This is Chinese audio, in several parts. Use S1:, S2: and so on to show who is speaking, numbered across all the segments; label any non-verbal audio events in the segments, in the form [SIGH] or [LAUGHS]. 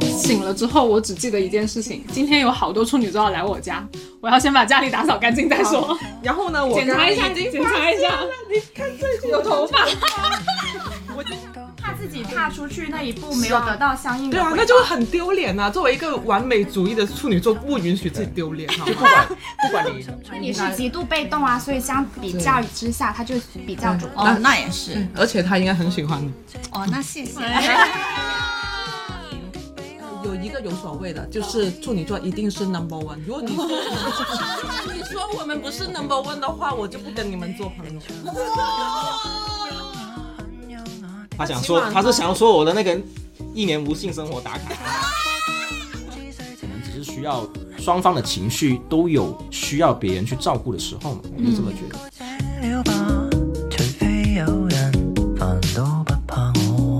S1: 醒了之后，我只记得一件事情：今天有好多处女座要来我家，我要先把家里打扫干净再说。
S2: 然后呢，我
S1: 检查
S2: 刚
S1: 一下，
S2: 已经
S1: 检查一下，
S2: 你看这里
S1: 有头发。
S3: 怕自己踏出去那一步没有得到相应的
S2: 对
S3: 回
S2: 啊，那
S3: 报
S2: 就很丢脸呐、作为一个完美主义的处女座，不允许自己丢脸，好
S4: 就
S2: 吗
S4: 不管不管你
S3: 你是极度被动啊，所以相比较之下，他就比较主动。
S5: 哦，那也是，
S2: 而且他应该很喜欢你。
S5: 哦，那谢谢。
S2: 有一个有所谓的，就是处女座一定是 number one。如果你说你说我们不是 number one 的话，我就不跟你们做朋友。
S4: 他想说他是想说我的那个一年无性生活打卡。可能只是需要双方的情绪都有需要别人去照顾的时候嘛，我就这么觉得。
S6: 解了吧，除非有人煩都不怕我。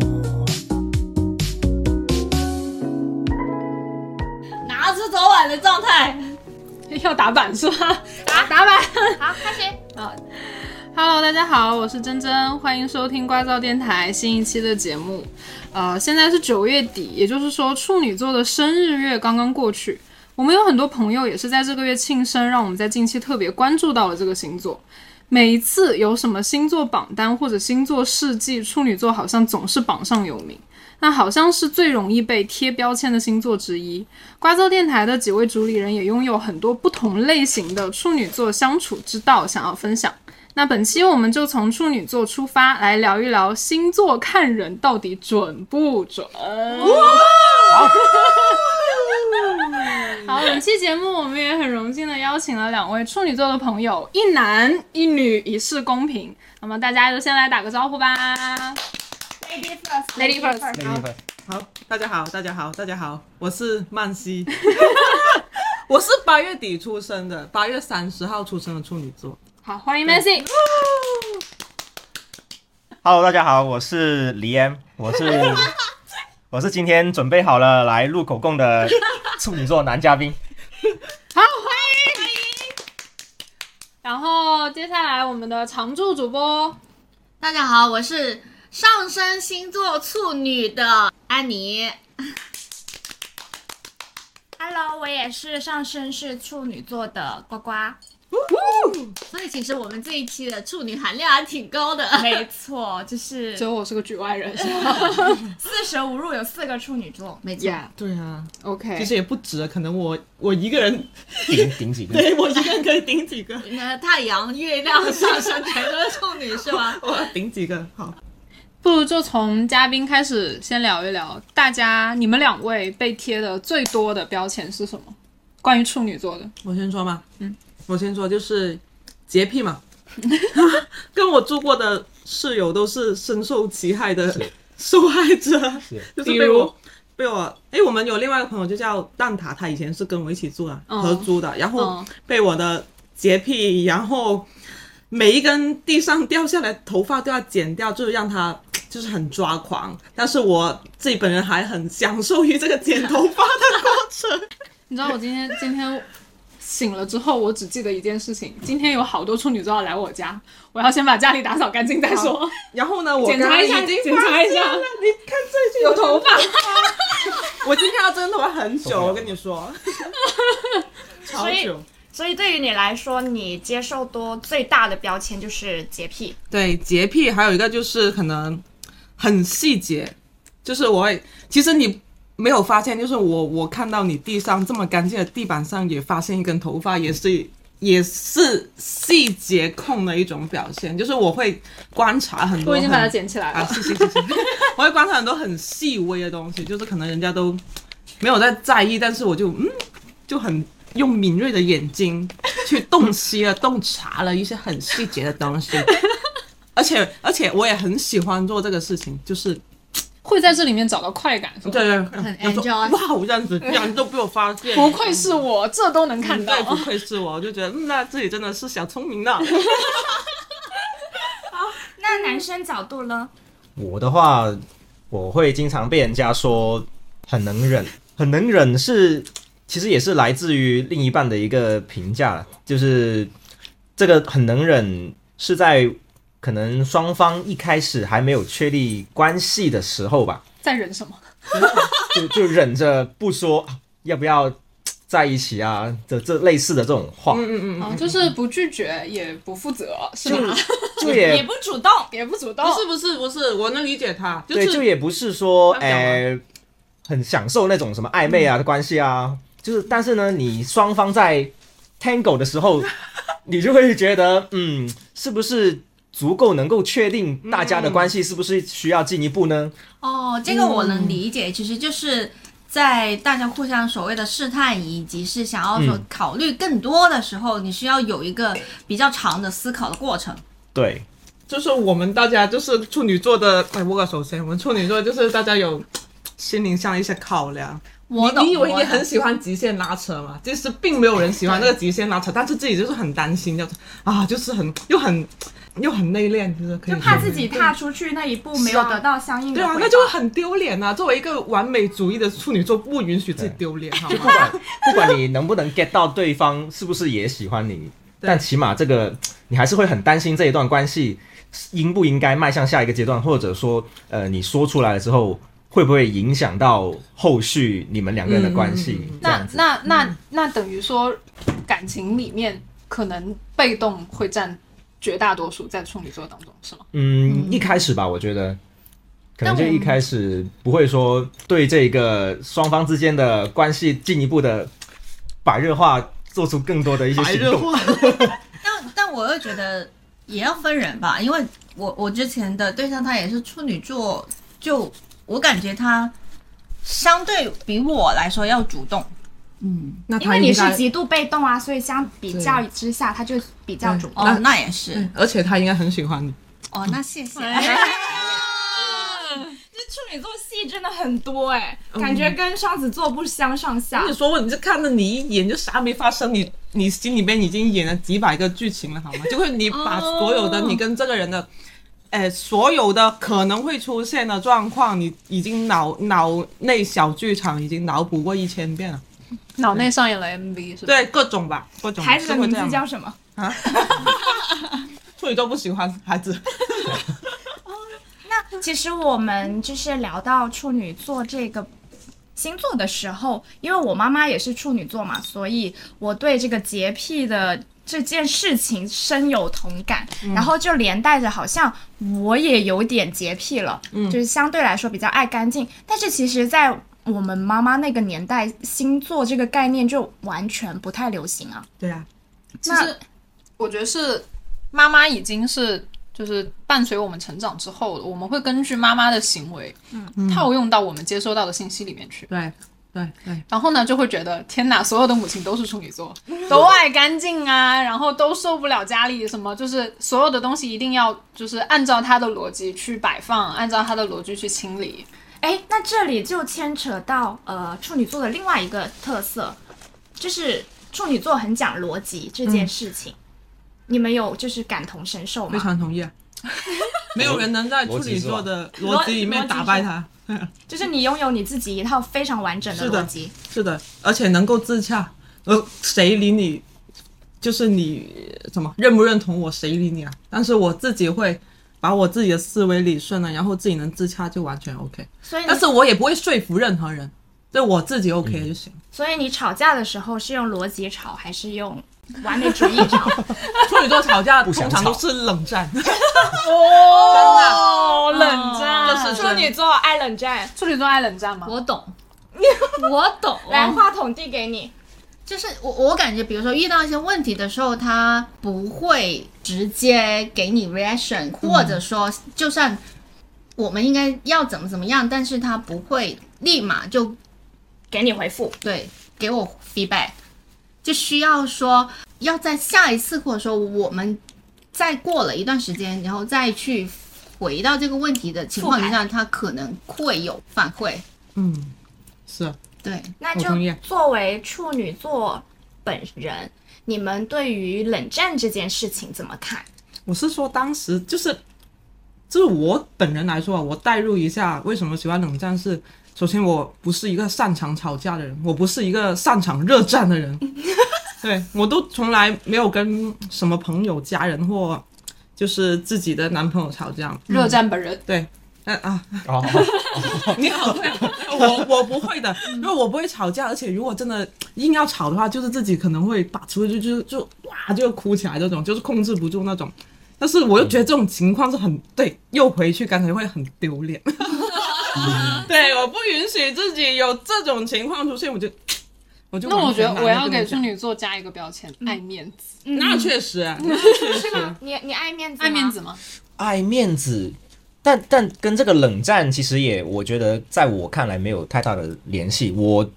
S7: 拿出手腕的状态。
S1: 要打板是吧？
S2: 啊
S1: 打打板。
S3: 好，开始。
S1: Hello，大家好，我是珍珍，欢迎收听瓜噪电台新一期的节目。呃，现在是九月底，也就是说处女座的生日月刚刚过去。我们有很多朋友也是在这个月庆生，让我们在近期特别关注到了这个星座。每一次有什么星座榜单或者星座事迹，处女座好像总是榜上有名。那好像是最容易被贴标签的星座之一。瓜州电台的几位主理人也拥有很多不同类型的处女座相处之道，想要分享。那本期我们就从处女座出发，来聊一聊星座看人到底准不准。好，本期节目我们也很荣幸的邀请了两位处女座的朋友，一男一女，以示公平。那么大家就先来打个招呼吧。
S3: Lady first，Lady
S1: Lady first
S2: 好，大家好，大家好，大家好，我是曼 [LAUGHS] 西，我是八月底出生的，八月三十号出生的处女座。
S1: 好，欢迎 Messi。
S4: Hello，大家好，我是黎安，我是我是今天准备好了来录口供的处女座男嘉宾。
S1: 好，欢迎欢迎。然后接下来我们的常驻主播，
S7: 大家好，我是上升星座处女的安妮。
S3: [LAUGHS] Hello，我也是上升是处女座的呱呱。
S7: 所以其实我们这一期的处女含量还挺高的。
S3: 没错，就是
S1: 只有我是个局外人。
S3: 四舍五入有四个处女座。
S7: 没错
S1: Yeah，OK、
S2: 对啊，其实也不止，可能我我一个人，
S4: 哎顶顶几个，
S2: [LAUGHS] 对我一个人可以顶几个， [LAUGHS]
S7: 那太阳、月亮、上升全都是处女是吗？
S2: 我要顶几个。好，
S1: 不如就从嘉宾开始，先聊一聊大家你们两位被贴的最多的标签是什么？关于处女座的，
S2: 我先说嘛，嗯，我先说就是洁癖 [LAUGHS] 嘛，跟我住过的室友都是深受其害的
S4: 是
S2: 受害者，
S4: 是
S2: 就是
S1: 比
S2: 被
S1: 如
S2: 我被我哎，我们有另外一个朋友就叫蛋挞，他以前是跟我一起住的，
S1: 嗯
S2: 合租的，然后
S1: 嗯
S2: 被我的洁癖，然后每一根地上掉下来头发都要剪掉，就是让他。就是很抓狂，但是我自己本人还很享受于这个剪头发的过程。
S1: 你知道我今天今天醒了之后，我只记得一件事情：今天有好多处女座要来我家，我要先把家里打扫干净再说。
S2: 然后呢，我
S1: [LAUGHS] 检查
S2: 刚刚
S1: 一下
S2: 已经
S1: 检查
S2: 发现
S1: 一下
S2: 了你看这句
S1: 有 [LAUGHS] 头发，
S2: 我今天要真头发很
S4: 受
S2: 久，
S4: 不了
S2: 我跟
S1: [LAUGHS]
S2: 你说，超
S3: 所
S2: 久
S3: 以。 [LAUGHS] 所以对于你来说，你接受多最大的标签就是洁癖。
S2: 对，洁癖还有一个就是可能很细节，就是我会，其实你没有发现，就是我我看到你地上这么干净的地板上也发现一根头发，也是也是细节控的一种表现，就是我会观察很多
S1: 我
S2: 很，
S1: 已经把它捡起来
S2: 啊，
S1: 了。
S2: 是是是是， [LAUGHS] 我会观察很多很细微的东西，就是可能人家都没有在在意，但是我就嗯，就很用敏锐的眼睛去洞悉了、洞察了一些很细节的东西，而且而且我也很喜欢做这个事情，就是
S1: 会在这里面找到快感，是吧
S2: 对对，
S7: 很
S2: 有种
S7: enjoy
S2: 哇，我这样子，这样都被我发现，
S1: 不愧是 [LAUGHS] 我，这都能看到。
S2: 对，不愧是我，我就觉得嗯，那自己真的是小聪明呢。
S3: 那男生角度呢？
S4: 嗯我的话，我会经常被人家说很能忍，很能忍是其实也是来自于另一半的一个评价啦，就是这个很能忍是在可能双方一开始还没有确立关系的时候吧，
S1: 在忍什么？
S4: 就 [LAUGHS] 就忍着不说啊要不要在一起啊这这类似的这种话，
S1: 哦，就是不拒绝也不负责，是吧？
S4: 就
S5: 也
S4: 也
S5: 不主动，
S1: 也不主动
S2: 不，是不是不是，我能理解他，就
S4: 对，就是也不是说
S2: 他表达
S4: 哎、很享受那种什么暧昧啊的关系啊，就是但是呢，你双方在 tango 的时候，你就会觉得嗯，是不是足够能够确定大家的关系是不是需要进一步呢？
S7: [LAUGHS] 哦，这个我能理解，其实就是在大家互相所谓的试探，以及是想要说
S4: 嗯
S7: 考虑更多的时候，你需要有一个比较长的思考的过程。
S4: 对，
S2: 就是我们大家就是处女座的，哎，我首先我们处女座就是大家有心灵上一些考量。
S7: 我
S2: 你
S7: 懂，
S2: 你以为
S7: 我
S2: 你
S7: 懂
S2: 很喜欢极限拉扯嘛？其实并没有人喜欢那个极限拉扯，但是自己就是很担心，就是啊，就是很又很又很内敛，就是可以
S5: 就嗯怕自己踏出去那一步没有得到相应的
S2: 对
S5: 回
S2: 啊
S5: 报。，
S2: 那就会很丢脸啊呐、作为一个完美主义的处女座，不允许自己
S4: 对
S2: 丢脸，好
S4: 就不
S2: 吗？
S4: 管不管你能不能 get 到对方是不是也喜欢你，
S2: 对
S4: 但起码这个你还是会很担心这一段关系应不应该迈向下一个阶段，或者说呃你说出来了之后会不会影响到后续你们两个人的关系、
S2: 嗯嗯嗯
S4: 这样
S1: 那
S4: 子。
S1: 那那那等于说，感情里面可能被动会占绝大多数，在处女座当中是吗？
S4: 嗯，一开始吧，我觉得。可能
S1: 但
S4: 就
S1: 我
S4: 一开始不会说对这个双方之间的关系进一步的白热化，做出更多的一些
S2: 白
S4: 行
S2: 热
S4: 动。
S2: 化，
S7: 但但我又觉得也要分人吧，因为我我之前的对象他也是处女座，就我感觉他相对比我来说要主动。
S2: 那
S5: 因为你是极度被动啊，所以相比较之下，他就比较主动。
S7: 哦，那也是，
S2: 而且他应该很喜欢你。
S7: 哦，那谢谢。哎
S5: 啊这处女座戏真的很多哎、
S2: 嗯
S5: 感觉跟双子座不相上下
S2: 跟你说，你就看着你一眼就啥没发生，你你心里面已经演了几百个剧情了，好吗？就会你把所有的你跟这个人
S5: 哦
S2: 的，哎，所有的可能会出现的状况，你已经脑脑内小剧场已经脑补过一千遍了。
S1: 脑内上演了 MV 是吧？
S2: 对，各种吧，各种。
S5: 孩子的
S2: 是会
S5: 名
S2: 这
S5: 字
S2: 样
S5: 叫什么？
S2: 啊？处女座不喜欢孩子，
S5: 其实我们就是聊到处女座这个星座的时候，因为我妈妈也是处女座嘛，所以我对这个洁癖的这件事情深有同感。然后就连带着，好像我也有点洁癖了，就是相对来说比较爱干净。但是其实，在我们妈妈那个年代，星座这个概念就完全不太流行啊。
S2: 对啊，
S1: 其实我觉得是妈妈已经是就是伴随我们成长之后，我们会根据妈妈的行为，嗯，套用到我们接收到的信息里面去。
S2: 对对对，
S1: 然后呢，就会觉得天哪，所有的母亲都是处女座， [LAUGHS] 都爱干净啊，然后都受不了家里什么，就是所有的东西一定要就是按照她的逻辑去摆放，按照她的逻辑去清理。
S5: 哎，那这里就牵扯到呃处女座的另外一个特色，就是处女座很讲逻辑这件事情。你们有就是感同身受
S2: 嗯非
S5: 吗？
S2: 常同意啊。没有人能在处女座的逻
S5: 逻辑是吧
S2: 辑里面打败他。
S5: 就是你拥有你自己一套非常完整的
S2: 是的
S5: 逻辑，
S2: 是的，而且能够自洽，呃，谁理你，就是你怎么认不认同我，谁理你啊？但是我自己会把我自己的思维理顺了，啊然后自己能自洽就完全 OK。
S5: 所以你
S2: 但是我也不会说服任何人，对我自己
S4: 嗯
S2: OK 就行。
S5: 所以你吵架的时候是用逻辑吵还是用完美主义
S2: [LAUGHS]
S5: 吵？
S2: 处女座吵架
S4: 不想
S2: 通
S4: 吵
S2: 常都是冷战，
S1: 哦，冷战，
S2: 这是
S5: 处女座爱冷战，
S1: 处女座爱冷战吗？
S7: 我 [LAUGHS] 懂，我懂。
S2: 哦
S5: 来话筒递给你，
S7: 就是我我感觉，比如说遇到一些问题的时候，他不会直接给你 reaction，或者说，就算我们应该要怎么怎么样，但是他不会立马就
S5: 给你回复。
S7: 对给我 feedback，就需要说要在下一次，或者说我们再过了一段时间，然后再去回到这个问题的情况
S5: 复
S7: 下，他可能会有反馈。
S2: 嗯，是啊
S7: 对，
S5: 那
S2: 我同意
S5: 就作为处女座本人，你们对于冷战这件事情怎么看？
S2: 我是说当时就是，就是我本人来说啊，我代入一下为什么喜欢冷战是。首先，我不是一个擅长吵架的人，我不是一个擅长热战的人，对我都从来没有跟什么朋友、家人或就是自己的男朋友吵架。
S1: 热战本人，
S2: 对，呃啊，
S4: 哦，
S2: 你好会啊，我我不会的，因为我不会吵架，而且如果真的硬要吵的话，就是自己可能会把出去就就哇就哭起来这种，就是控制不住那种。但是我又觉得这种情况是很对，又回去刚才会很丢脸。 [LAUGHS] 对，我不允许自己有这种情况出现，我就我就
S1: 那我觉得
S2: 完全懒
S1: 我
S2: 得
S1: 要给嗯
S2: 跟你
S1: 处
S2: 讲，
S1: 女座加一个标签，爱面子，
S2: 那确实， [LAUGHS]
S5: 是吗？你你爱面子吗？
S1: 爱面子吗？
S4: 爱面子，但但跟这个冷战其实也，我觉得在我看来没有太大的联系。我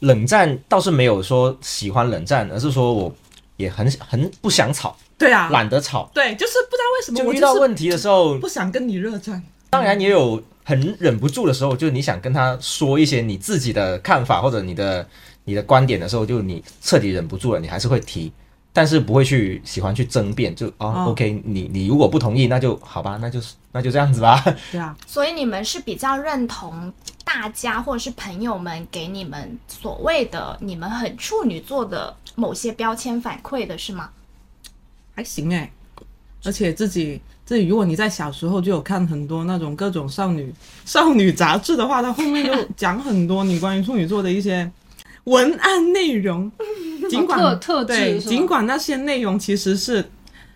S4: 冷战倒是没有说喜欢冷战，而是说我也很很不想吵，
S2: 对啊，
S4: 懒得吵。
S2: 对，就是不知道为什么
S4: 就
S2: 我
S4: 遇到
S2: 就是
S4: 问题的时候，
S2: 不想跟你热战。
S4: 当然也有很忍不住的时候，就是你想跟他说一些你自己的看法或者你的你的观点的时候，就你彻底忍不住了，你还是会提，但是不会去喜欢去争辩，就哦
S2: 哦
S4: o k 你你如果不同意，那就好吧，那就是那就这样子吧。
S2: 对啊，
S5: 所以你们是比较认同大家或者是朋友们给你们所谓的你们很处女座的某些标签反馈的是吗？
S2: 还行哎、而且自己自己，如果你在小时候就有看很多那种各种少女少女杂志的话，它后
S1: [LAUGHS]
S2: 面就讲很多你关于处女座的一些文案内
S1: [LAUGHS]
S2: 容，尽管、
S1: 特哦特质
S2: 对，
S1: 是吧
S2: 尽管那些内容其实是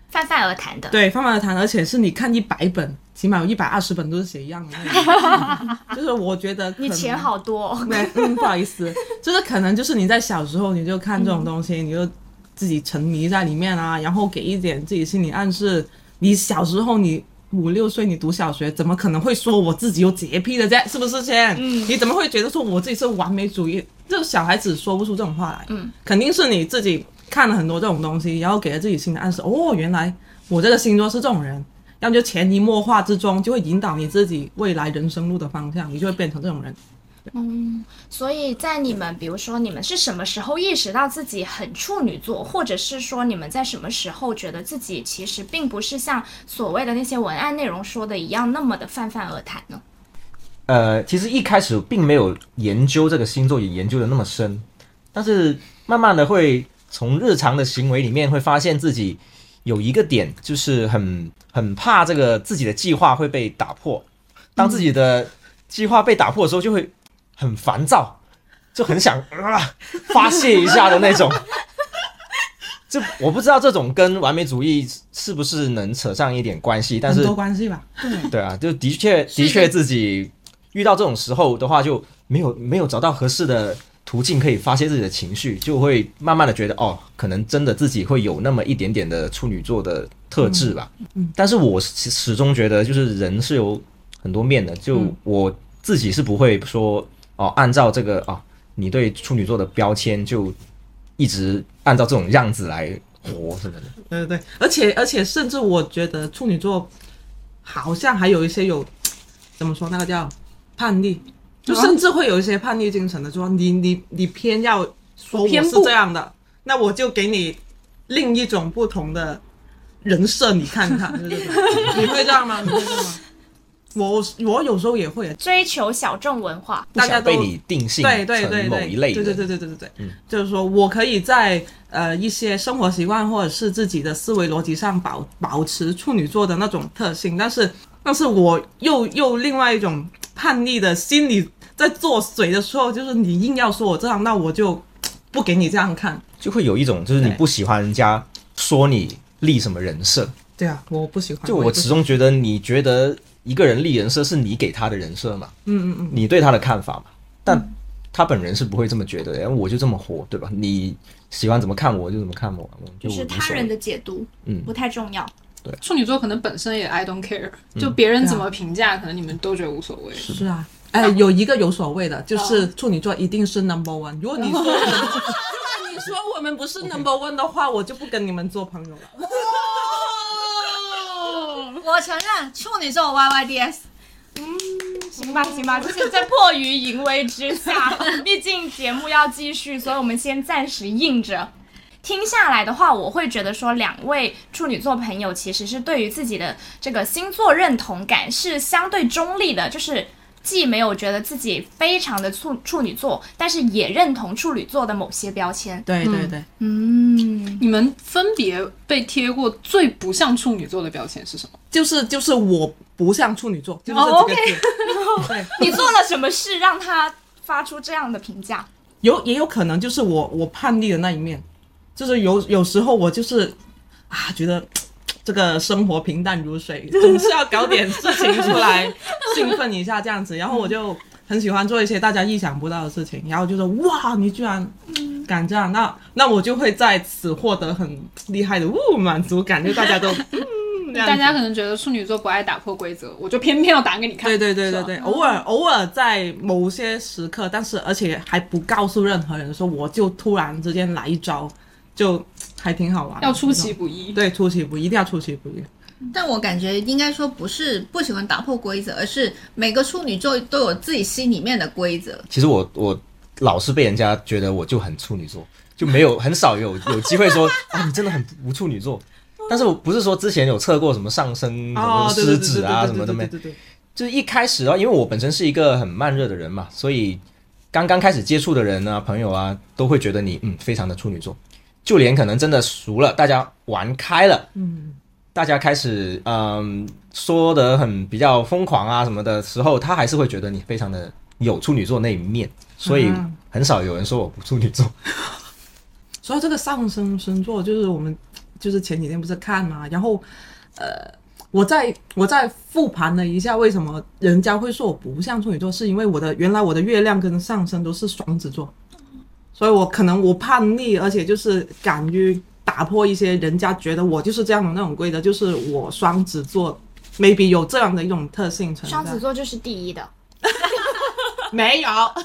S5: 泛泛而谈的，
S2: 对，泛泛而谈，而且是你看一百本，起码有一百二十本都是写一样的内
S1: [LAUGHS]
S2: 容，就是我觉得可
S5: 你
S2: 能
S5: 钱好多、
S2: [LAUGHS]
S5: 哦。
S2: 没，嗯，不好意思，就是可能就是你在小时候你就看这种东西，你就自己沉迷在里面啊，然后给一点自己心理暗示。你小时候你五六岁你读小学，怎么可能会说我自己有洁癖的这是不是先？嗯，你怎么会觉得说我自己是完美主义？就小孩子说不出这种话来，嗯，肯定是你自己看了很多这种东西，然后给了自己心理暗示，哦，原来我这个星座是这种人。要么就潜移默化之中就会引导你自己未来人生路的方向，你就会变成这种人。
S5: 所以在你们，比如说你们是什么时候意识到自己很处女座，或者是说你们在什么时候觉得自己其实并不是像所谓的那些文案内容说的一样那么的泛泛而谈呢？
S4: 呃，其实一开始并没有研究这个星座也研究的那么深，但是慢慢的会从日常的行为里面会发现自己有一个点，就是很很怕这个自己的计划会被打破。当自己的计划被打破的时候，就会很烦躁，就很想啊、发泄一下的那种。这我不知道这种跟完美主义是不是能扯上一点关系，但是
S2: 很多关系吧。
S4: 对啊，就的确的确自己遇到这种时候的话，就没有没有找到合适的途径可以发泄自己的情绪，就会慢慢的觉得哦，可能真的自己会有那么一点点的处女座的
S2: 嗯
S4: 特质吧。但是我始始终觉得，就是人是有很多面的，就
S2: 嗯
S4: 我自己是不会说哦，按照这个哦，你对处女座的标签就一直按照这种样子来活什么的。
S2: 对对对，而且而且，甚至我觉得处女座好像还有一些有怎么说那个叫叛逆，就甚至会有一些叛逆精神的，就说你你你偏要说我
S1: 偏
S2: 是
S1: 不
S2: 这样的，那我就给你另一种不同的人设，你看看，对对 [LAUGHS] 对，你会这样吗？你会这样吗？我我有时候也会，
S5: 追求小众文化，
S4: 不
S2: 大家
S4: 想
S2: 都
S4: 被你定性
S2: 对对对
S4: 成某
S2: 对，
S4: 一类嗯
S2: 对
S4: 的，
S2: 对对对对对对，就是说我可以在呃一些生活习惯或者是自己的思维逻辑上保保持处女座的那种特性，但是但是我又又另外一种叛逆的心理在作祟的时候，就是你硬要说我这样，那我就不给你这样看。
S4: 就会有一种就是你不喜欢人家说你立什么人设，
S2: 对啊，我不喜欢。
S4: 就
S2: 我
S4: 我
S2: 也不
S4: 始终觉得你觉得一个人立人设是你给他的人设嘛，嗯嗯嗯，你对他的看法嘛，
S2: 嗯
S4: 但他本人是不会这么觉得的，然后我就这么活，对吧？你喜欢怎么看我就怎么看我，我就
S5: 就
S4: 哎我
S5: 是
S4: 无
S5: 他
S4: 所
S5: 人
S4: 谓
S5: 的解读
S4: 嗯
S5: 不太重要。
S1: 处女座可能本身也 I don't care，就别人怎么评价，可能你们都觉得无所谓。
S2: 是啊，哎，有一个有所谓的，就是处女座一定是 number one。如果你说我 [LAUGHS] 们，如果你说我们不是 number one 的话，我就不跟你们做朋友了。
S7: 我承认处女座 Y Y D S，
S5: 行吧，行吧，就是在迫于淫威之下，毕竟节目要继续，所以我们先暂时硬着。听下来的话，我会觉得说，两位处女座朋友其实是对于自己的这个星座认同感是相对中立的，就是既没有觉得自己非常的处处女座，但是也认同处女座的某些标签。
S2: 对对对，
S5: 嗯，
S1: 你们分别被贴过最不像处女座的标签是什么？
S2: 就是就是我不像处女座，就是
S3: 哦
S2: 这几个字。对，
S3: 你做了什么事让他发出这样的评价？
S2: 有也有可能就是我我叛逆的那一面，就是有有时候我就是啊觉得。这个生活平淡如水，总是要搞点事情出
S1: [LAUGHS]
S2: 来兴奋一下这样子。然后我就很喜欢做一些大家意想不到的事情，然后就说哇，你居然敢这样，那那我就会在此获得很厉害的呜满足感，就大家都嗯，这样子
S1: 大家可能觉得处女座不爱打破规则，我就偏偏要打给你看。
S2: 对对对
S1: 是吧
S2: 对对，偶尔偶尔在某些时刻，但是而且还不告诉任何人，说我就突然之间来一招，就还挺好玩的。
S1: 要出其不意。
S2: 对，出其不意，一定要出其不意。
S7: 但我感觉应该说不是不喜欢打破规则，而是每个处女座都有自己心里面的规则。
S4: 其实我我老是被人家觉得我就很处女座，就没
S2: [LAUGHS]
S4: 有很少有有机会说 [LAUGHS] 啊你真的很不处女座。但是我不是说之前有测过什么上升、什么
S2: 哦，对对
S4: 狮
S2: 对对
S4: 子啊
S2: 对
S4: 什么的没
S2: 对，对对对
S4: 就是一开始啊，因为我本身是一个很慢热的人嘛，所以刚刚开始接触的人啊、朋友啊，都会觉得你嗯非常的处女座，就连可能真的熟了，大家玩开了，嗯，大家开始嗯说的很比较疯狂啊什么的时候，他还是会觉得你非常的有处女座那一面，所以
S2: 嗯
S4: 很少有人说我不处女座。
S2: 说到这个上升星座，就是我们就是前几天不是看嘛，然后呃，我在我在复盘了一下，为什么人家会说我不像处女座，是因为我的原来我的月亮跟上升都是双子座，所以我可能我叛逆，而且就是敢于打破一些人家觉得我就是这样的那种规则，就是我双子座。maybe 有这样的一种特性存在，
S5: 双子座就是第一的，
S2: 没有，
S3: [LAUGHS] 要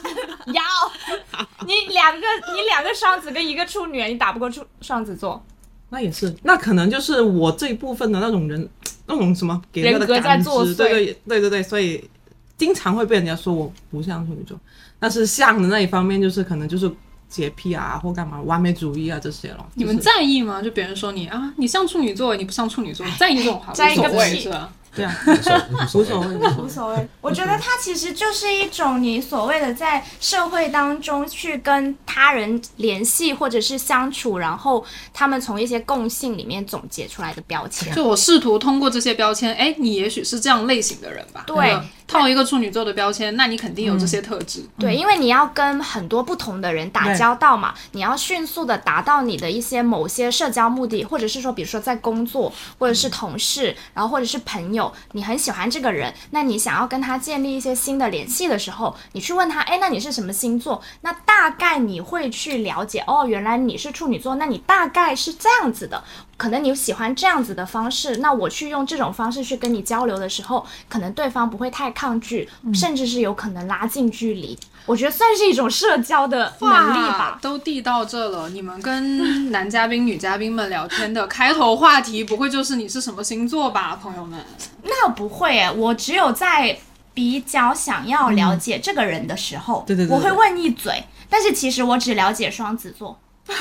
S3: 你两个，你两个双子跟一个处女，你打不过处双子座，
S2: 那也是，那可能就是我这一部分的那种人，那种什么给人家的
S3: 人格在
S2: 感知
S3: 作祟
S2: 对对对对对，所以经常会被人家说我不像处女座，但是像的那一方面就是可能就是洁癖啊或干嘛完美主义啊这些咯。
S1: 你们在意吗？就别人说你啊，你像处女座，你不像处女座，在意这种话无
S3: 在意
S1: 所
S3: 个
S1: 谓
S3: 屁
S1: 是吧？
S2: 对啊，
S4: [LAUGHS] 无所无所
S2: 无所谓，无
S4: 谓
S2: 所
S3: 无
S2: 谓。
S3: 所谓。我觉得它其实就是一种你所谓的在社会当中去跟他人联系或者是相处，然后他们从一些共性里面总结出来的标签。
S1: 就我试图通过这些标签，哎，你也许是这样类型的人吧？
S3: 对
S1: 那个，套一个处女座的标签，那你肯定有这些特质。
S5: 对，因为你要跟很多不同的人打
S2: 对
S5: 交道嘛，你要迅速的达到你的一些某些社交目的，或者是说，比如说在工作，或者是同事，然后或者是朋友，你很喜欢这个人，那你想要跟他建立一些新的联系的时候，你去问他，哎，那你是什么星座？那大概你会去了解，哦，原来你是处女座，那你大概是这样子的。可能你喜欢这样子的方式，那我去用这种方式去跟你交流的时候，可能对方不会太抗拒，
S2: 嗯
S5: 甚至是有可能拉近距离。我觉得算是一种社交的能
S1: 话
S5: 力吧。
S1: 都递到这了，你们跟男嘉宾、女嘉宾们聊天的开头话题，不会就是你是什么星座吧，朋友们？
S3: 那不会诶，我只有在比较想要了解这个人的时候，
S2: 嗯对对对对
S3: 我会问一嘴。但是其实我只了解双子
S2: [LAUGHS]
S5: [LAUGHS]
S3: 座，就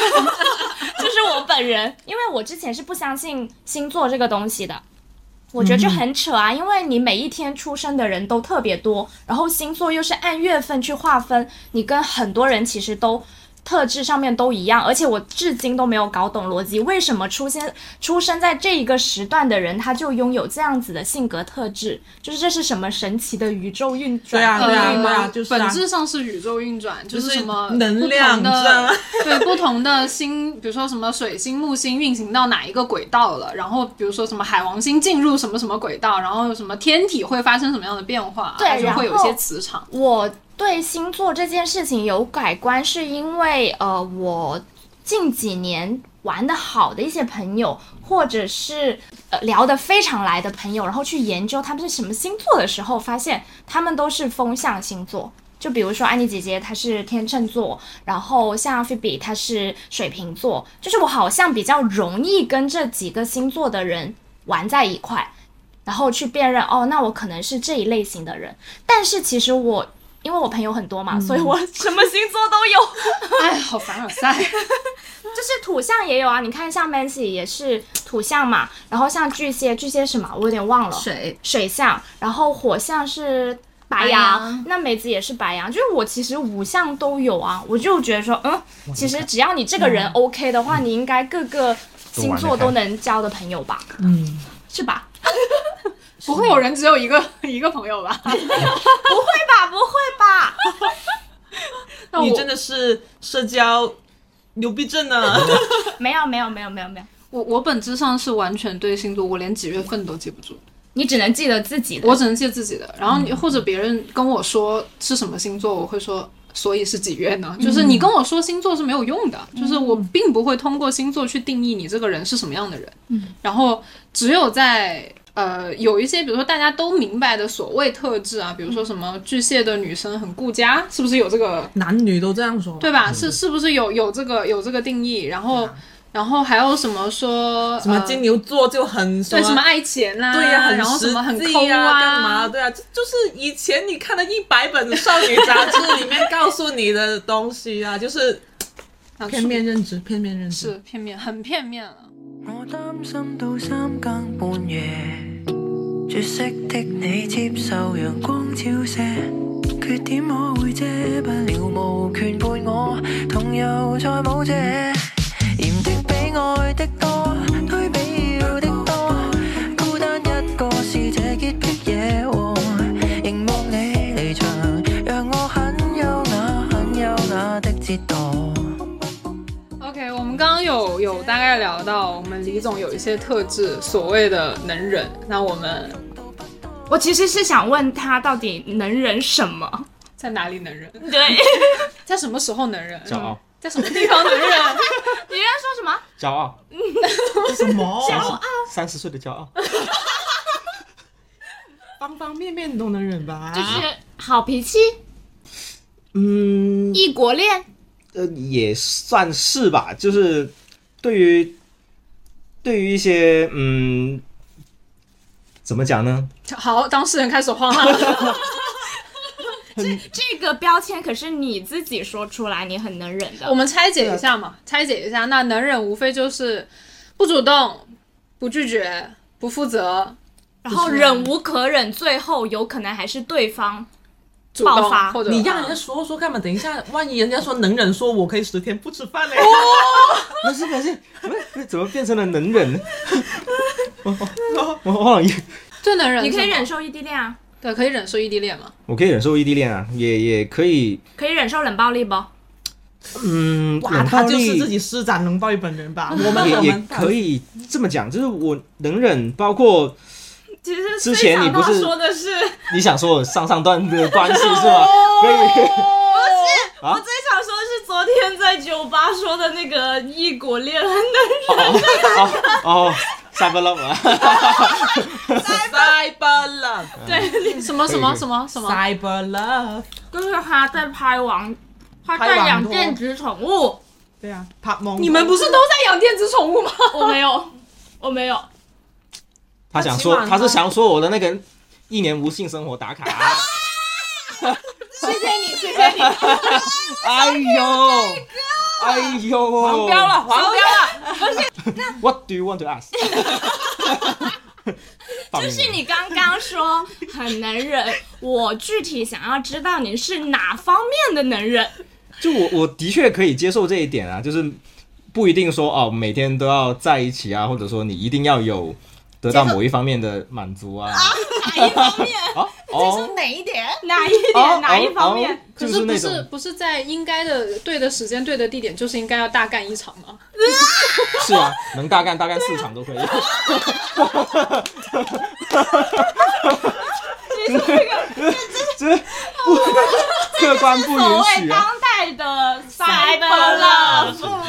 S3: 是我本人，
S5: 因为我之前是不相信星座这个东西的，我
S2: 嗯
S5: 觉得就很扯啊，因为你每一天出生的人都特别多，然后星座又是按月份去划分，你跟很多人其实都。特质上面都一样，而且我至今都没有搞懂逻辑，为什么出现出生在这一个时段的人，他就拥有这样子的性格特质？就是这是什么神奇的宇宙运转？
S2: 对啊对啊对啊，
S1: 呃
S2: 就是
S1: 本
S2: 啊
S1: 质上是宇宙运转，就
S2: 就是
S1: 什么
S2: 能
S1: 不
S2: 量
S1: 同
S2: 知道吗
S1: 的 [LAUGHS] 对不同的星，比如说什么水星、木星运行到哪一个轨道了，然后比如说什么海王星进入什么什么轨道，然后什么天体会发生什么样的变化，
S5: 对
S1: 就
S5: 然
S1: 会有一
S5: 后
S1: 些磁场。
S5: 我对星座这件事情有改观，是因为呃，我近几年玩的好的一些朋友，或者是呃聊得非常来的朋友，然后去研究他们是什么星座的时候，发现他们都是风象星座。就比如说安妮姐姐她是天秤座，然后像菲比她是水瓶座，就是我好像比较容易跟这几个星座的人玩在一块，然后去辨认哦，那我可能是这一类型的人。但是其实我因为我朋友很多嘛，
S8: 嗯
S5: 所以我 [LAUGHS] 什么星座都
S8: [LAUGHS]
S5: 有，
S1: 哎，好凡尔 [LAUGHS] 赛。
S5: 就是土象也有啊。你看像 Mancy 也是土象嘛，然后像巨蟹，巨蟹是什么？我有点忘了，
S7: 谁？
S5: 水象，然后火象是。白
S7: 白
S5: 羊
S7: 羊，
S5: 那梅子也是白羊，就是我其实五项都有啊，我就觉得说，嗯，其实只要你这个人 OK 的话，你应该各个星座都能交的朋友吧，
S2: 嗯，
S5: 是吧？
S1: 不会有人只有一个 [LAUGHS] 一个朋友吧？
S5: 哎
S8: 吧？不会 [LAUGHS] 吧？
S1: 那我
S2: 你真的是社交牛逼症啊呢？
S8: 没有没有没有没有没有，
S1: 我我本质上是完全对星座，我连几月份都记不住，
S8: 你只能记得自己的。
S1: 我只能记自己的。然后你或者别人跟我说是什么星座，我会说。所以是几月呢？就是你跟我说星座是没有用的，就是我并不会通过星座去定义你这个人是什么样的人。嗯，然后只有在呃有一些，比如说大家都明白的所谓特质啊，比如说什么巨蟹的女生很顾家，是不是有这个
S2: [LAUGHS] 男女都这样说，
S1: 对吧？是是不是有有这个有这个定义？然后、然后还有什么说
S2: 什么
S1: 呃
S2: 金牛座就很
S1: 对什么爱钱呐、
S2: 对呀、很
S1: 然后什
S2: 实
S1: 么很
S2: 际
S1: 抠
S2: 呀、干嘛？对啊，就就是以前你看的一百本少女杂志里面告诉你的东西啊， [LAUGHS] 就是
S1: 啊
S2: 片面认知，片面认知。
S1: 是片面，很片面了。
S6: 我担心到三更半夜，绝色的你接受阳光照射，缺點可會遮不了，無權伴我同遊再舞者。嫌的比愛的多，推比要的多，孤單一個是這潔癖野王。凝望你離場，讓我很優雅、很優雅的折墮。
S1: OK，我们刚刚有有大概聊到，我们李总有一些特质，所谓的能忍。那我们
S5: 我其实是想问他到底能忍什么？
S1: 在哪里能忍？
S5: [LAUGHS] 对，
S1: 在什么时候能忍？
S4: 骄傲，
S1: 在什么地方能忍？
S5: 你在说什么？
S4: 骄傲，
S2: 什么？
S4: 三十岁的骄傲，
S2: 方方面面都能忍吧？
S5: 啊
S7: 就是好脾气、
S2: 嗯，
S7: 异国恋，
S4: 呃，也算是吧。就是对于对于一些嗯，怎么讲呢？
S1: 好，当事人开始慌了。
S5: 这个标签可是你自己说出来，你很能忍
S1: 我
S5: 的。
S1: 们拆解一下嘛，拆解一下。那能忍无非就是不主动、不拒绝、不负责、
S5: 然后忍无可忍，最后有可能还是对方。
S1: 主动
S5: 爆发
S1: 或者啊
S2: 你让人家说说干嘛？等一下，万一人家说能忍，说我可以十天不吃饭 [LAUGHS] 嘞、
S4: 不是不是，不是怎么变成了能忍呢？ [LAUGHS] 我我我好像也
S1: 最能忍，
S5: 你可以忍，受异地恋啊，
S1: 对，可以忍受异地恋嘛？
S4: 我可以忍受异地恋啊，也也可以，
S5: 可以忍受冷暴力不？
S4: 嗯，
S2: 哇，
S4: 冷
S2: 他
S4: 暴
S2: 就
S4: 力
S2: 是自己施展能暴力本人吧？我们
S4: 也
S2: 我
S4: 也
S2: 们
S4: 可以这么讲，就是我能忍，包括
S5: 其实
S4: 之前你不
S5: 最
S4: 是
S5: 想到说的 [LAUGHS] 是，
S4: 你想说我上上段的关系是吧？可以，
S5: 我最想说的是昨天在酒吧说的那个异国恋，
S4: 哦哦，cyber love 啊
S2: cyber love
S1: 什么什么
S4: 可以
S1: 什么什么？
S2: cyber love，
S5: 就是他在拍网，他
S2: 拍
S5: 在
S2: 网
S5: 养
S2: 多
S5: 电子宠物，
S2: 对啊，哦拍蒙
S1: 你们不是都在养电子宠物吗？
S5: 我没有，我没有。
S4: 他想说
S2: 他起码
S4: 他是想说我的那个一年无性生活打卡。啊
S1: 谢谢你，谢谢你。
S4: [LAUGHS] 哎呦，哎呦，黄
S2: 标了，黄标了，
S4: What do you want to ask？
S5: 就是你刚刚说很能 [LAUGHS] 忍，我具体想要知道你是哪方面的能忍。
S4: 就我我的确可以接受这一点啊，就是不一定说哦每天都要在一起啊，或者说你一定要有得到某一方面的满足啊。
S5: 哪一方面？
S4: 啊 [LAUGHS] 哦
S7: 哪一点？
S5: 哪一
S4: 哦
S5: 点？哪一方
S4: 哦哦
S5: 面？
S1: 可
S4: 就是
S1: 不
S4: 那
S1: 是
S4: 种
S1: 不是在应该的对的时间对的地点，就是应该要大干一场吗？
S4: 是啊，能大干大干四场都可以。这这不客观不
S5: 所
S4: 允
S5: 谓
S4: 许
S5: 当
S4: 啊！
S5: 代的 cyber love。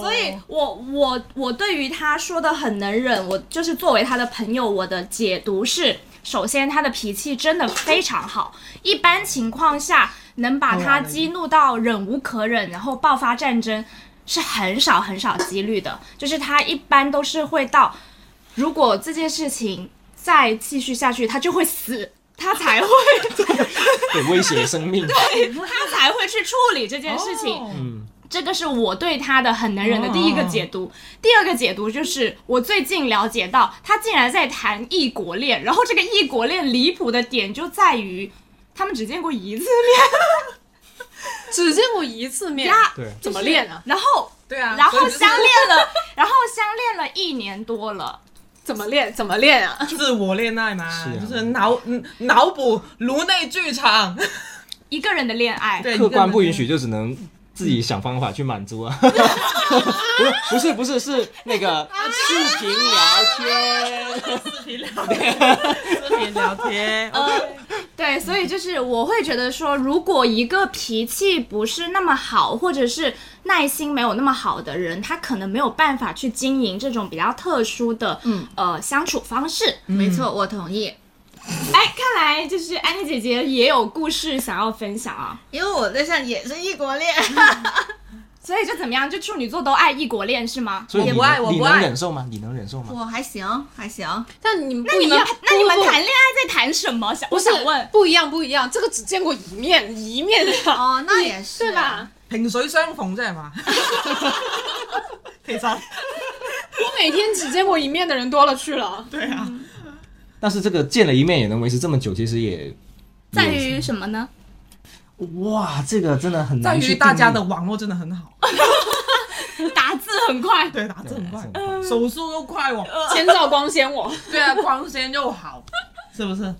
S5: 所以我我我对于他说的很能忍，我就是作为他的朋友，我的解读是：首先，他的脾气真的非常好，一般情况下能把他激怒到忍无可忍，然后爆发战争是很少很少几率的，就是他一般都是会到，如果这件事情再继续下去，他就会死。他才会，
S4: 对，威胁生
S5: [LAUGHS]
S4: 命。
S5: 他才会去处理这件事情。
S2: 哦
S4: 嗯，
S5: 这个是我对他的很能忍的第一个解
S1: 哦
S5: 读。第二个解读就是，我最近了解到他竟然在谈异国恋，然后这个异国恋离谱的点就在于。他们只见过一次
S1: 只见过一次面，
S5: 呀，
S4: 对，
S1: 怎么练啊？
S5: 然后
S2: 对啊，
S5: 然后
S2: 所以就是
S5: 相恋了，然后相恋了一年多了，
S1: 怎么练？怎么练啊？
S2: 自我恋爱嘛，
S4: 是啊
S2: 就是脑嗯脑补颅内剧场，
S5: 一个人的恋爱，
S2: 对，
S4: 哎客观不允
S2: 许。
S4: 许，就只能自己想方法去满足啊。 [LAUGHS] 不是不是不是是那个视频聊天，
S2: 视频聊 [LAUGHS] 天，哦
S5: 对，所以就是我会觉得说，如果一个脾气不是那么好，或者是耐心没有那么好的人，他可能没有办法去经营这种比较特殊的，
S7: 嗯
S5: 呃相处方式。
S7: 没错，我同意。
S5: 哎，看来就是安妮姐姐也有故事想要分享啊。
S7: 因为我对象也是异国恋，
S5: 所以就怎么样？就处女座都爱异国恋是吗？
S4: 所以你
S7: 我不爱我
S4: 能你
S7: 不
S4: 能
S7: 爱
S4: 忍受吗？你能忍受吗？
S7: 我还行还行，
S1: [LAUGHS] 但你们
S5: 那
S1: 不一
S5: 你
S1: 样
S5: 们，那你们
S1: 不不不
S5: 谈恋爱在谈什么？想
S1: 不
S5: 我
S1: 是
S5: 想问，
S1: 不一样，不一样，这个只见过一面，一面啊，
S7: 哦，那也
S1: [LAUGHS]
S7: 是
S1: 对吧？？
S2: 萍水相逢啫系嘛？ [LAUGHS] 其实
S1: [LAUGHS] 我每天只见过一面的人多了去了。
S2: 对啊，
S4: 但是这个见了一面也能维持这么久，其实也
S5: 在于什么呢？
S4: 哇，这个真的很
S2: 在
S4: 难去
S2: 于大家的
S4: 定义
S2: 网络真的很好，
S5: 打字很快，
S2: 对，打字很快
S4: 对打啊字很，
S2: 手速又快哦，
S1: 千兆光鲜我， [LAUGHS]
S2: 对啊，光纤又好，是不是？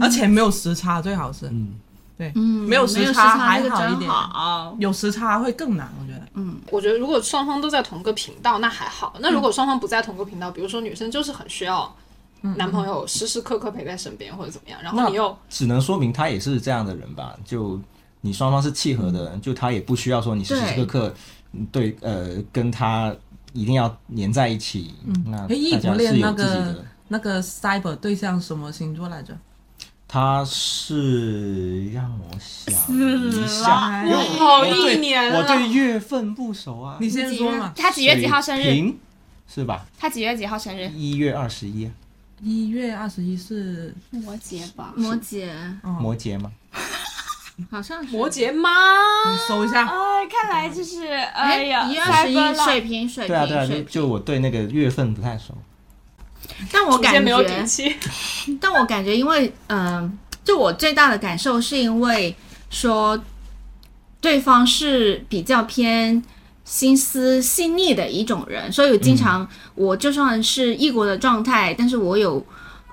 S2: 而且没有时差，最好是
S4: 嗯，
S2: 对，
S7: 嗯，
S2: 没有时差还
S7: 那个
S2: 好一
S7: 真
S2: 点
S7: 好。
S2: 有时差会更难，我觉得。
S1: 我觉得如果双方都在同个频道，那还好；那如果双方不在同个频道，比如说女生就是很需要男朋友时时刻刻陪在身边或者怎么样，然后你又
S4: 只能说明他也是这样的人吧。就你双方是契合的人，就他也不需要说你时时刻刻嗯对呃跟他一定要黏在一起。那
S2: 哎，异
S4: 大
S2: 国
S4: 家是
S2: 恋那
S4: 有自己的
S2: 个。那个 cyber 对象什么星座来着？
S4: 他是让我想一下，因为我
S1: 好
S4: 我对
S1: 一年
S4: 我
S1: 了。
S4: 对月份不熟啊。
S2: 你先说嘛。
S5: 他几月几号生
S4: 水
S5: 日？
S4: 瓶是吧？
S5: 他几月几号生日？
S4: 一月二十一，
S2: 一月二十一是
S5: 摩羯吧。
S7: 摩羯
S4: 摩羯吗？
S7: 好像是
S1: 摩，羯吗？
S2: 你搜一下，
S5: 哎，看来就是哎呀，
S7: 一月二十一，
S5: 塞
S7: 水
S5: 不
S7: 瓶水
S4: 对啊，对啊，
S7: 瓶
S4: 就
S7: 水瓶。
S4: 就我对那个月份不太熟。
S7: 但我
S1: 逐
S7: 感
S1: 渐没有
S7: 觉
S1: 底，气。
S7: 但我感觉，因为嗯、呃就我最大的感受是因为说，对方是比较偏心思细腻的一种人，所以经常我就算是异国的状态，但是我有。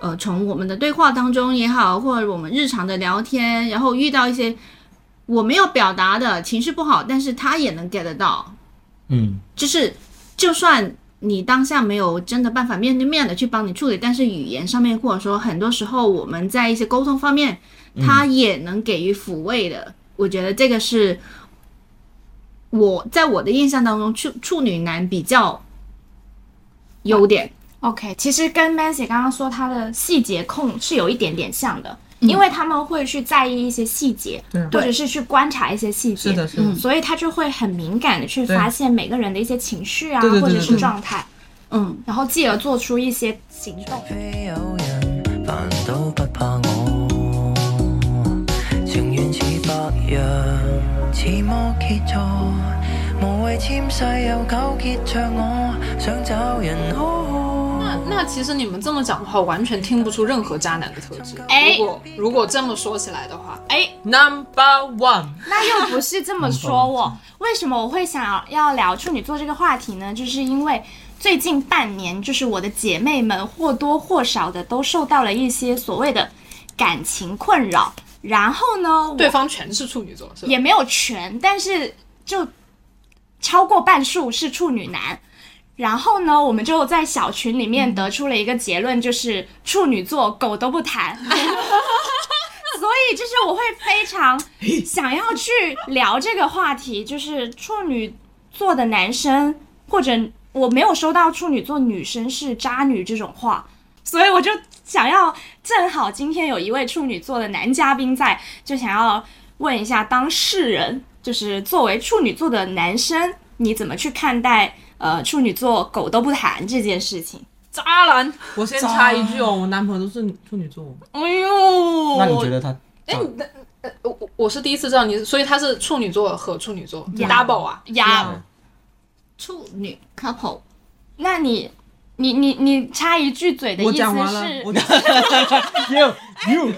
S7: 呃，从我们的对话当中也好，或者我们日常的聊天，然后遇到一些我没有表达的情绪不好，但是他也能 get 得到，
S4: 嗯，
S7: 就是就算你当下没有真的办法面对面的去帮你处理，但是语言上面或者说很多时候我们在一些沟通方面，他也能给予抚慰的。我觉得这个是我在我的印象当中，处处女男比较优点。
S5: OK，其实跟 Mancy 刚刚说他的细节控是有一点点像的，
S7: 嗯
S5: 因为他们会去在意一些细节，
S2: 对
S5: 或者是去观察一些细节，嗯
S2: 是的，是的，
S5: 所以他就会很敏感的去发现每个人的一些情绪啊，
S2: 对对对
S5: 或者
S2: 对
S5: 是
S2: 对
S5: 状态，
S7: 嗯，
S5: 然后继而做出一些行动。
S6: 非有人煩都不怕我，情願似白羊，似摩羯座，無謂纖細又糾結着我，想找人
S1: 那
S6: 呵
S1: [LAUGHS] 那其实你们这么讲的话，完全听不出任何渣男的特质。
S5: 哎
S1: 如果如果这么说起来的话，
S5: 哎，
S2: Number One，
S5: 那又不是这么说我。为什么我会想要聊处女座这个话题呢？就是因为最近半年，就是我的姐妹们或多或少的都受到了一些所谓的感情困扰，然后呢，我
S1: 对方全是处女座，是吧？
S5: 也没有全，但是就超过半数是处女男。然后呢，我们就在小群里面得出了一个结论，就是处女座狗都不谈。
S1: [LAUGHS]
S5: 所以，就是我会非常想要去聊这个话题，就是处女座的男生，或者我没有收到处女座女生是渣女这种话，所以我就想要，正好今天有一位处女座的男嘉宾在，就想要问一下当事人，就是作为处女座的男生，你怎么去看待呃处女座狗都不谈这件事情？
S1: 渣男。
S2: 我先插一句哦，我男朋友都是处女座，
S1: 哎呦，
S4: 那你觉得他？
S1: 哎，那呃我我我是第一次知道你，所以他是处女座和处女座
S5: 呀
S1: double 啊。
S5: 呀，
S7: 处女 couple
S5: 那你你你你插一句嘴的
S2: 我
S5: 哎意思
S2: 讲完了，
S5: 是
S2: 我，
S4: You [LAUGHS] you，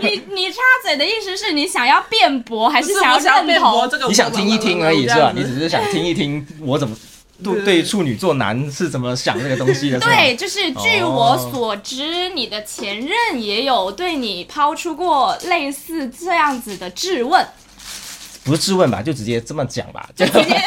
S5: 你你插嘴的意思是你想要辩驳，还
S2: 不是
S5: 想
S2: 我想要
S5: 认
S2: 辩驳
S5: 同？
S2: 这个，
S4: 你想听一听而
S2: 我
S4: 已是吧？
S2: 这样子
S4: 你只是想听一听我怎么对对处女座男是怎么想这个东西的？是吗
S5: 对，，就是据我
S2: 哦
S5: 所知，你的前任也有对你抛出过类似这样子的质问，
S4: 不是质问吧，就直接这么讲吧，就 [LAUGHS] 直接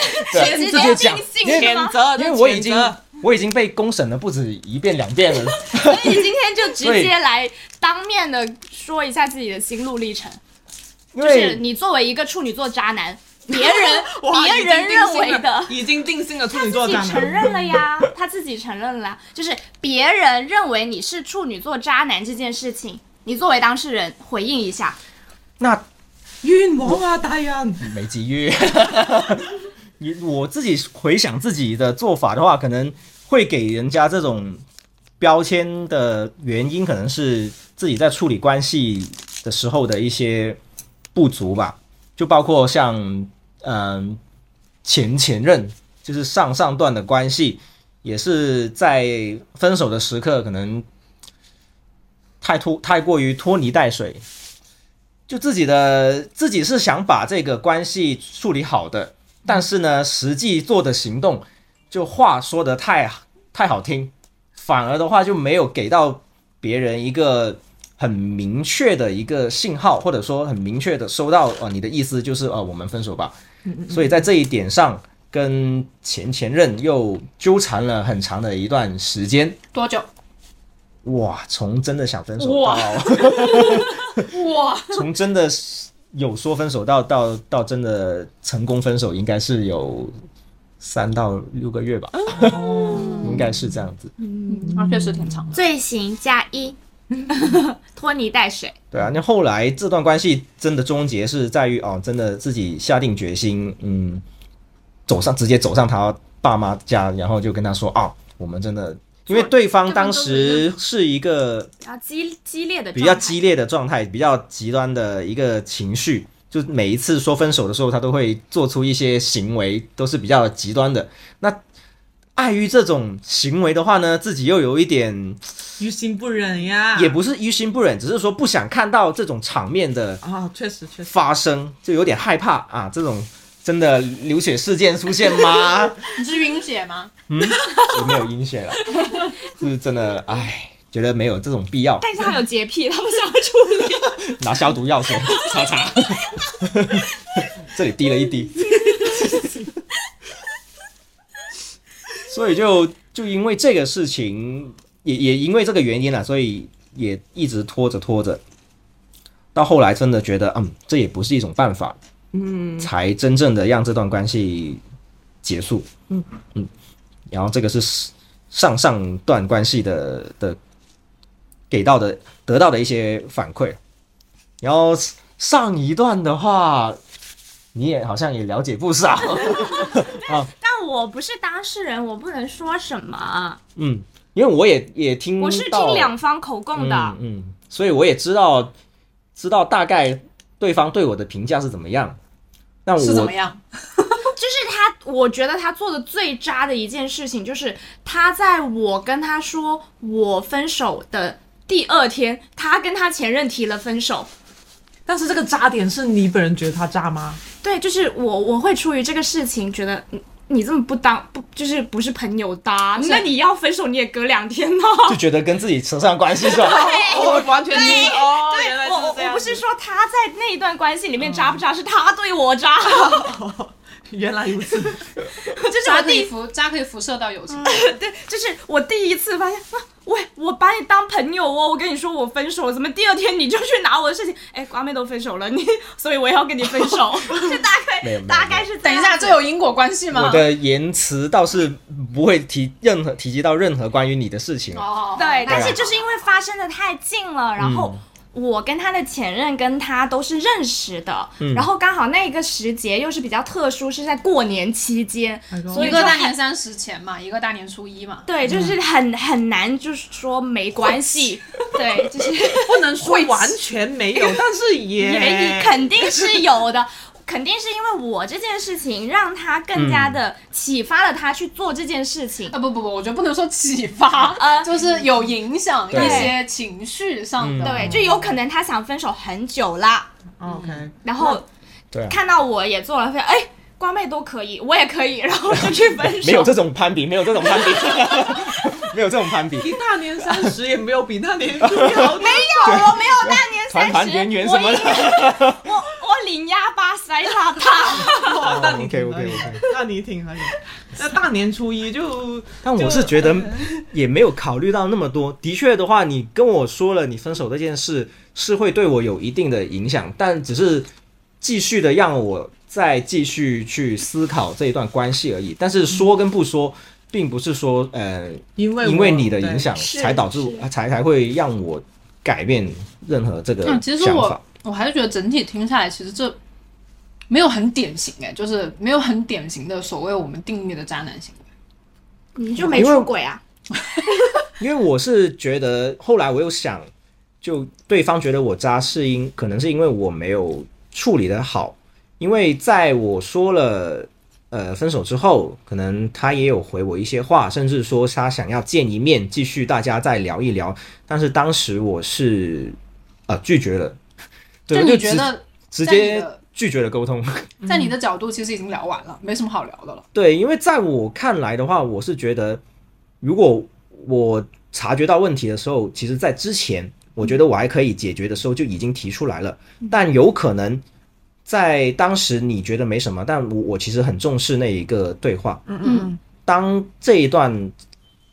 S5: 直
S4: 直接
S5: 接
S4: 讲
S5: 定，性是吗？
S2: 责
S4: 因为我已经我已经被公审了不止一遍两遍 [LAUGHS] 了。
S5: 所 [LAUGHS] 以你今天就直接来当面的说一下自己的心路历程，
S4: 因
S5: 就是
S4: 为
S5: 你作为一个处女座渣
S4: [LAUGHS]
S5: 男，别人别人认为的。
S2: 已经定性了处女座
S5: [LAUGHS] 自己
S2: 渣
S5: 承
S2: 男，
S5: 认了呀，他自己承认了啊，就是别人认为你是处女座渣男这件事情，你作为当事人回应一下，
S4: 那
S2: 冤枉啊，大人！
S4: 没机遇。 [LAUGHS] 你我自己回想自己的做法的话，可能会给人家这种标签的原因，可能是自己在处理关系的时候的一些不足吧，就包括像嗯、前前任，就是上上段的关系，也是在分手的时刻可能太拖太过于拖泥带水，就自己的自己是想把这个关系处理好的，但是呢，实际做的行动就话说的太太好听，反而的话就没有给到别人一个很明确的一个信号，或者说很明确的收到呃你的意思就是呃我们分手吧，所以在这一点上跟前前任又纠缠了很长的一段时间，
S1: 多久？
S4: 哇，从真的想分手到
S1: 哇哇，
S4: 从真的是有说分手到到到真的成功分手，应该是有三到六个月吧，应该是这样子。
S1: 那确实挺长的。
S5: 罪行加一， [LAUGHS] 拖泥带水。
S4: 对啊，那后来这段关系真的终结是在于哦，真的自己下定决心，嗯，走上直接走上他爸妈家，然后就跟他说啊、我们真的，因为对方当时是一个
S5: 比较激激烈的状态，
S4: 比较激烈的状态，比较极端的一个情绪，就每一次说分手的时候，他都会做出一些行为，都是比较极端的。那碍于这种行为的话呢，自己又有一点，
S2: 于心不忍呀，
S4: 也不是于心不忍，只是说不想看到这种场面的
S2: 啊，确实确实，
S4: 发生，就有点害怕啊，这种。真的流血事件出现吗？ [LAUGHS]
S1: 你是晕血吗？
S4: 有没有阴血了？啊 [LAUGHS] 就是真的，哎，觉得没有这种必要，
S5: 但是他有洁癖，他不想处理。
S4: 拿消毒药水 [LAUGHS] 擦擦，这里滴了一滴，所以就就因为这个事情，也也因为这个原因啊，所以也一直拖着拖着，到后来真的觉得，嗯，这也不是一种办法，嗯，才真正的让这段关系结束，嗯嗯，然后这个是上上段关系的的给到的得到的一些反馈。然后上一段的话，你也好像也了解
S5: [LAUGHS]
S4: 不少，
S5: 但我不是当事人，我不能说什么。
S4: 嗯，因为我也也听到，
S5: 我是听两方口供的
S4: 嗯，嗯，所以我也知道知道大概对方对我的评价是怎么样。那我
S1: 是怎么样？
S5: 就是他，我觉得他做的最渣的一件事情，就是他在我跟他说我分手的第二天，他跟他前任提了分手。
S2: 但是这个渣点是你本人觉得他渣吗？
S5: 对，就是我，我会出于这个事情觉得。嗯你这么不当不就是不是朋友的啊、
S2: [LAUGHS]
S5: 那你要分手你也隔两天呢、
S4: 就觉得跟自己扯上关系是吧？
S5: [LAUGHS]
S2: 我完全是哦，原来
S5: 我我
S2: 是这
S5: 我
S2: 样
S5: 不
S2: 子，嗯
S5: 是说他在那一段关系里面渣不渣，是他对我渣， [LAUGHS]
S2: 原来如 [LAUGHS] 此，
S5: 就是我
S1: 渣可
S5: 第
S1: 以辐渣可以辐射到友情。
S5: [LAUGHS] 对，就是我第一次发现，啊喂，我把你当朋友哦，我跟你说我分手，怎么第二天你就去拿我的事情？哎，瓜妹都分手了，你，所以我也要跟你分
S1: [LAUGHS]
S5: 手，就大概
S4: 没有没有
S5: 大概是
S1: 等一下，这有因果关系吗？
S4: 我的言辞倒是不会提任何提及到任何关于你的事情，
S1: 哦，
S5: 对，但
S4: 对
S5: 是
S4: 啊
S5: 就是因为发生的太近了，然后
S4: 嗯
S5: 我跟他的前任跟他都是认识的，
S4: 嗯
S5: 然后刚好那个时节又是比较特殊，是在过年期间，所以
S1: 一
S5: 就
S1: 个大
S5: 很
S1: 年三十前嘛，一个大年初一嘛，
S5: 对，
S4: 嗯
S5: 就是很很难，就是说没关系，对，就是。
S2: 不能说完全没有，但是也
S5: 也肯定是有的， [LAUGHS] 肯定是因为我这件事情让他更加的启发了他去做这件事情。
S1: 啊不不不，我觉得不能说启发，
S5: 呃
S1: 就是有影响
S4: 对嗯
S1: 一些情绪上的。
S5: 对，就有可能他想分手很久啦，
S2: 哦 OK，
S5: 然后
S4: 对啊
S5: 看到我也做了分，哎，瓜妹都可以，我也可以，然后就去分手。[LAUGHS]
S4: 没有这种攀比，没有这种攀比，没有这种攀比。
S2: 你大年三十也没有比那年重要的。
S5: 没有，我没有大年三
S4: 团
S5: 十，
S4: 团圆圆什么的。
S5: 我我零幺八塞邋遢。
S2: 哇那你
S4: OK
S2: 挺
S4: OK
S2: 合理
S4: OK。
S2: 那你挺合理。那大年初一就嗯
S4: 但我是觉得也没有考虑到那么多。的确的话，你跟我说了你分手这件事是会对我有一定的影响，但只是继续的让我再继续去思考这一段关系而已。但是说跟不说，并不是说呃
S2: 因嗯为
S4: 因
S2: 我
S4: 为你的影，响
S5: 是
S4: 才导致才才会让我改变任何这个
S1: 嗯，其实
S4: 想
S1: 我
S4: 法。
S1: 我还是觉得整体听下来，其实这没有很典型哎，就是没有很典型的所谓我们定义的渣男行为。
S5: [LAUGHS] 你就没
S4: 因为
S5: 出轨啊？
S4: 因为我是觉得后来我又想，就对方觉得我渣是因可能是因为我没有处理的好，因为在我说了呃分手之后，可能他也有回我一些话，甚至说他想要见一面，继续大家再聊一聊，但是当时我是呃拒绝了，对，
S1: 就
S4: 我就嗯
S1: 你觉
S4: 直
S1: 得
S4: 直
S1: 在你
S4: 接
S1: 的
S4: 拒绝了沟通。
S1: 在你的角度，其实已经聊完了，没什么好聊的了。
S4: 对，因为在我看来的话，我是觉得，如果我察觉到问题的时候，其实在之前，我觉得我还可以解决的时候就已经提出来了，
S2: 嗯
S4: 但有可能在当时你觉得没什么，但我我其实很重视那一个对话。
S2: 嗯嗯
S4: 当这一段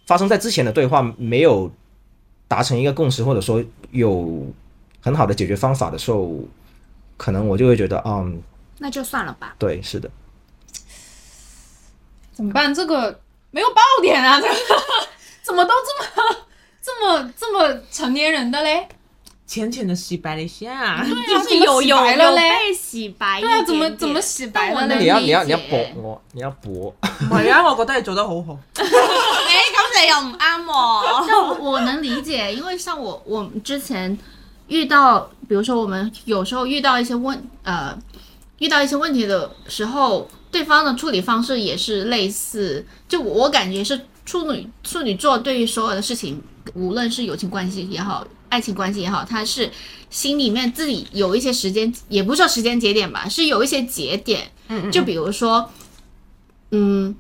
S4: 发生在之前的对话没有达成一个共识，或者说有很好的解决方法的时候，可能我就会觉得，嗯，
S5: 那就算了吧。
S4: 对，是的。
S1: 怎么办？这个没有爆点啊，这个怎么都这么这么这么成年人的嘞？
S2: 嗯，浅浅的洗白了一下。
S1: 就是
S5: 有有有
S1: 嘞？
S5: 被洗白一
S1: 对啊，
S5: 点
S1: 怎么
S5: 点
S1: 怎么洗白了
S7: 但我能
S4: 你
S1: 嘞？
S4: 要你要你要
S7: 理解
S4: 搏我，你要搏。
S2: 唔係啊，我覺得你做得好好。
S5: 诶，咁你又唔啱喎。
S7: 但我我能理解，因为像我我们之前遇到，比如说我们有时候遇到一些问呃遇到一些问题的时候，对方的处理方式也是类似，就我感觉是处女处女座对于所有的事情，无论是友情关系也好，爱情关系也好，他是心里面自己有一些时间，也不是说时间节点吧，是有一些节点，就比如说，嗯，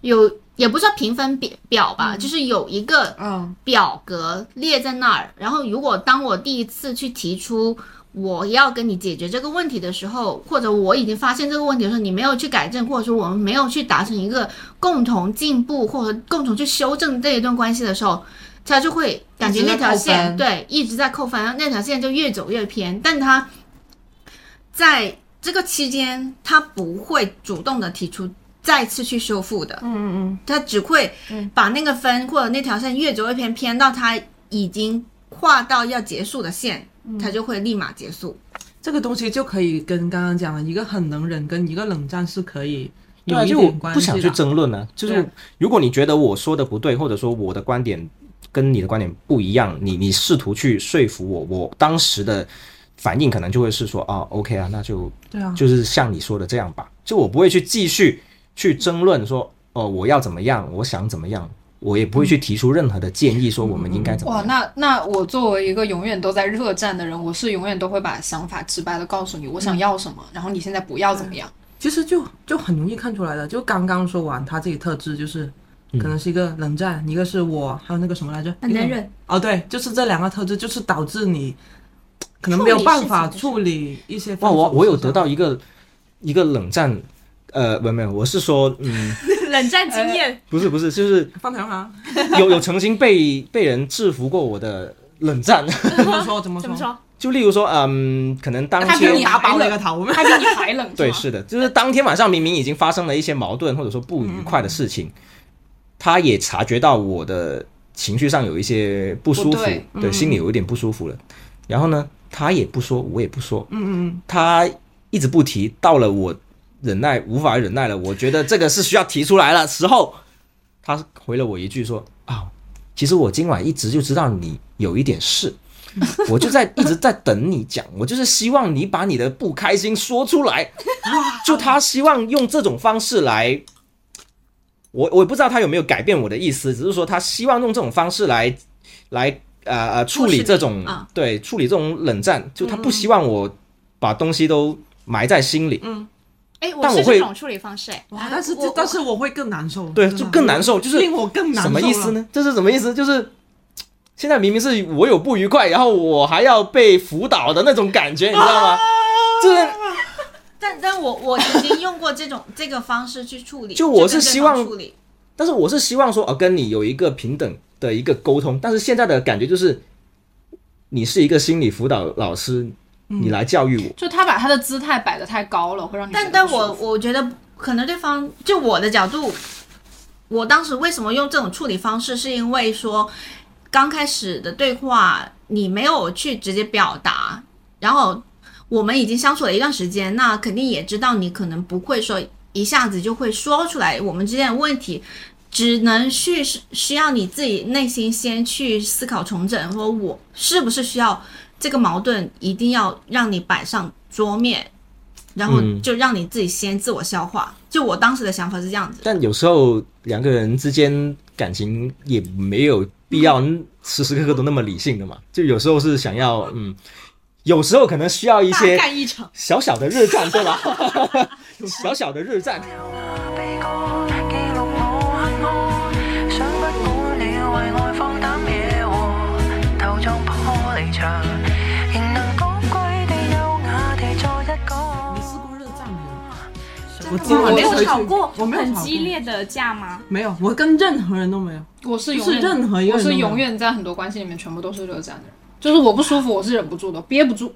S7: 有也不是说评分表表吧，就是有一个
S2: 嗯，
S7: 表格列在那儿。然后，如果当我第一次去提出我要跟你解决这个问题的时候，或者我已经发现这个问题的时候，你没有去改正，或者说我们没有去达成一个共同进步或者共同去修正这一段关系的时候，他就会感觉
S2: 一直在
S7: 那条
S2: 扣分
S7: 线对一直在扣分，然啊后那条线就越走越偏，但他在这个期间，他不会主动的提出再次去修复的，嗯嗯，他只会把那个分或者那条线越走越偏，偏到他已经跨到要结束的线，他就会立马结束。
S2: 这個東西就可以跟剛剛講的一個很能忍跟一個冷戰是可以
S4: 对
S2: 有
S4: 啊，
S2: 一
S4: 就我
S2: 點關
S4: 不想
S2: 係
S4: 去
S2: 的。
S4: 争论啊。就
S2: 对
S4: 是
S2: 啊
S4: 如果你觉得我说的不对，或者说我的观点跟你的观点不一样，你你试图去说服我，我当时的反应可能就会是说啊，OK 啊，那就
S2: 对啊，
S4: 就是像你说的这样吧。就我不会去继续去争论说哦、我要怎么样，我想怎么样，我也不会去提出任何的建议说我们应该
S2: 嗯
S4: 怎么
S1: 哇，
S4: 样。
S1: 那那我作为一个永远都在热战的人，我是永远都会把想法直白的告诉你，我想要什么，然后你现在不要怎么样。
S2: 其实就就很容易看出来的。就剛剛說完，他自己特质就是。可能是一個冷戰，一個是我，還有那個什麼來着？
S5: 很能
S2: 一個
S5: 忍。
S2: 哦，對，就是這兩個特質，就是導致你可能沒有辦法處理一些分
S4: 哇，
S2: 手
S4: 哦我我有得
S2: 上
S4: 到一个一个冷战，呃，没有没有，我是说，嗯，
S5: [LAUGHS]
S4: [LAUGHS]
S5: 冷战经验，
S4: 不是不是，就是
S2: 方啊唐行，
S4: 有 [LAUGHS] 有曾经被被人制服过我的冷
S2: [LAUGHS]
S4: 战，[LAUGHS]
S2: 怎么 [LAUGHS] 说怎么
S5: 怎么
S2: 说？
S5: 说？
S4: 就例如说，嗯，可能当
S2: 他给
S4: 天
S2: 你打爆了一个 [LAUGHS] 头，
S1: 他比你还冷，
S4: 对
S1: 是吗
S4: 是的，就是当天晚上明明已经发生了一些矛盾或者说不愉快的事情，他也察觉到我的情绪上有一些不舒
S1: 不
S4: 服，
S1: 对
S2: 嗯
S4: 对，心里有一点不舒服了。然后呢，他也不说，我也不说，
S2: 嗯嗯
S4: 他一直不提，到了我忍耐无法忍耐了，我觉得这个是需要提出来了时候，他回了我一句说啊，其实我今晚一直就知道你有一点
S2: [LAUGHS]
S4: 事，我就在一直在等你讲，我就是希望你把你的不开心说出来，就他希望用这种方式来。我我也不知道他有没有改变我的意思，只是说他希望用这种方式来来呃呃处理这种、
S7: 啊
S4: 对处理这种冷战，就他不希望我把东西都埋在心里。
S2: 嗯嗯，
S7: 哎，我
S4: 但
S7: 是
S4: 我会
S7: 这种处理方式，哎，
S2: 哇，但是
S7: 我
S2: 这但是我会更难受，
S4: 对，
S2: 真的
S4: 就更难受，就是
S2: 令我更难受
S4: 什么意思
S2: 了？
S4: 呢？这是什么意思？就是现在明明是我有不愉快，然后我还要被辅导的那种感觉，你知道
S2: 啊
S4: 吗？就是
S7: 但但我我已经用过这种这个方式去处理，
S4: 就我
S7: 跟
S4: 是
S7: 对
S4: 希
S7: 方
S4: 望
S7: 处理，
S4: 但是我是希望说，呃，跟你有一个平等的一个沟通。但是现在的感觉就是，你是一个心理辅导老师，
S2: 嗯
S4: 你来教育我。
S1: 就他把他的姿态摆得太高了，会让你
S7: 但
S1: 觉得
S7: 但
S1: 不舒服。
S7: 我我觉得可能对方就我的角度，我当时为什么用这种处理方式，是因为说刚开始的对话你没有去直接表达，然后我们已经相处了一段时间，那肯定也知道你可能不会说一下子就会说出来我们之间的问题。只能去是需要你自己内心先去思考重整，或我是不是需要这个矛盾一定要让你摆上桌面，然后
S4: 嗯
S7: 就让你自己先自我消化。就我当时的想法是这样子，
S4: 但有时候两个人之间感情也没有必要
S7: 嗯
S4: 时时刻刻都那么理性的嘛，就有时候是想要嗯，有时候可能需要一些
S1: 大干一场，
S4: 小小的热战，对
S7: [LAUGHS]
S4: 吧？ [LAUGHS] 小小的热战。
S6: 悲歌記錄我恨我，想不管你為愛放膽惹禍，頭撞玻璃牆，仍能高貴地優雅地做一
S2: 你
S6: 個。
S2: 试过热战没有？
S5: 我
S2: 我记得
S5: 没
S2: 那回
S5: 有
S2: 去
S5: 吵过
S2: 我没有吵
S5: 很
S2: 过
S5: 激，烈的架吗？
S2: 没有，我跟任何人都没有。
S1: 我是
S2: 就
S1: 永
S2: 是
S1: 远
S2: 任何一个
S1: 我
S2: 人
S1: 是
S2: 都
S1: 永
S2: 没有
S1: 远在很多关系里面全部都是热战的人，就是我不舒服我是忍不住的，憋不住。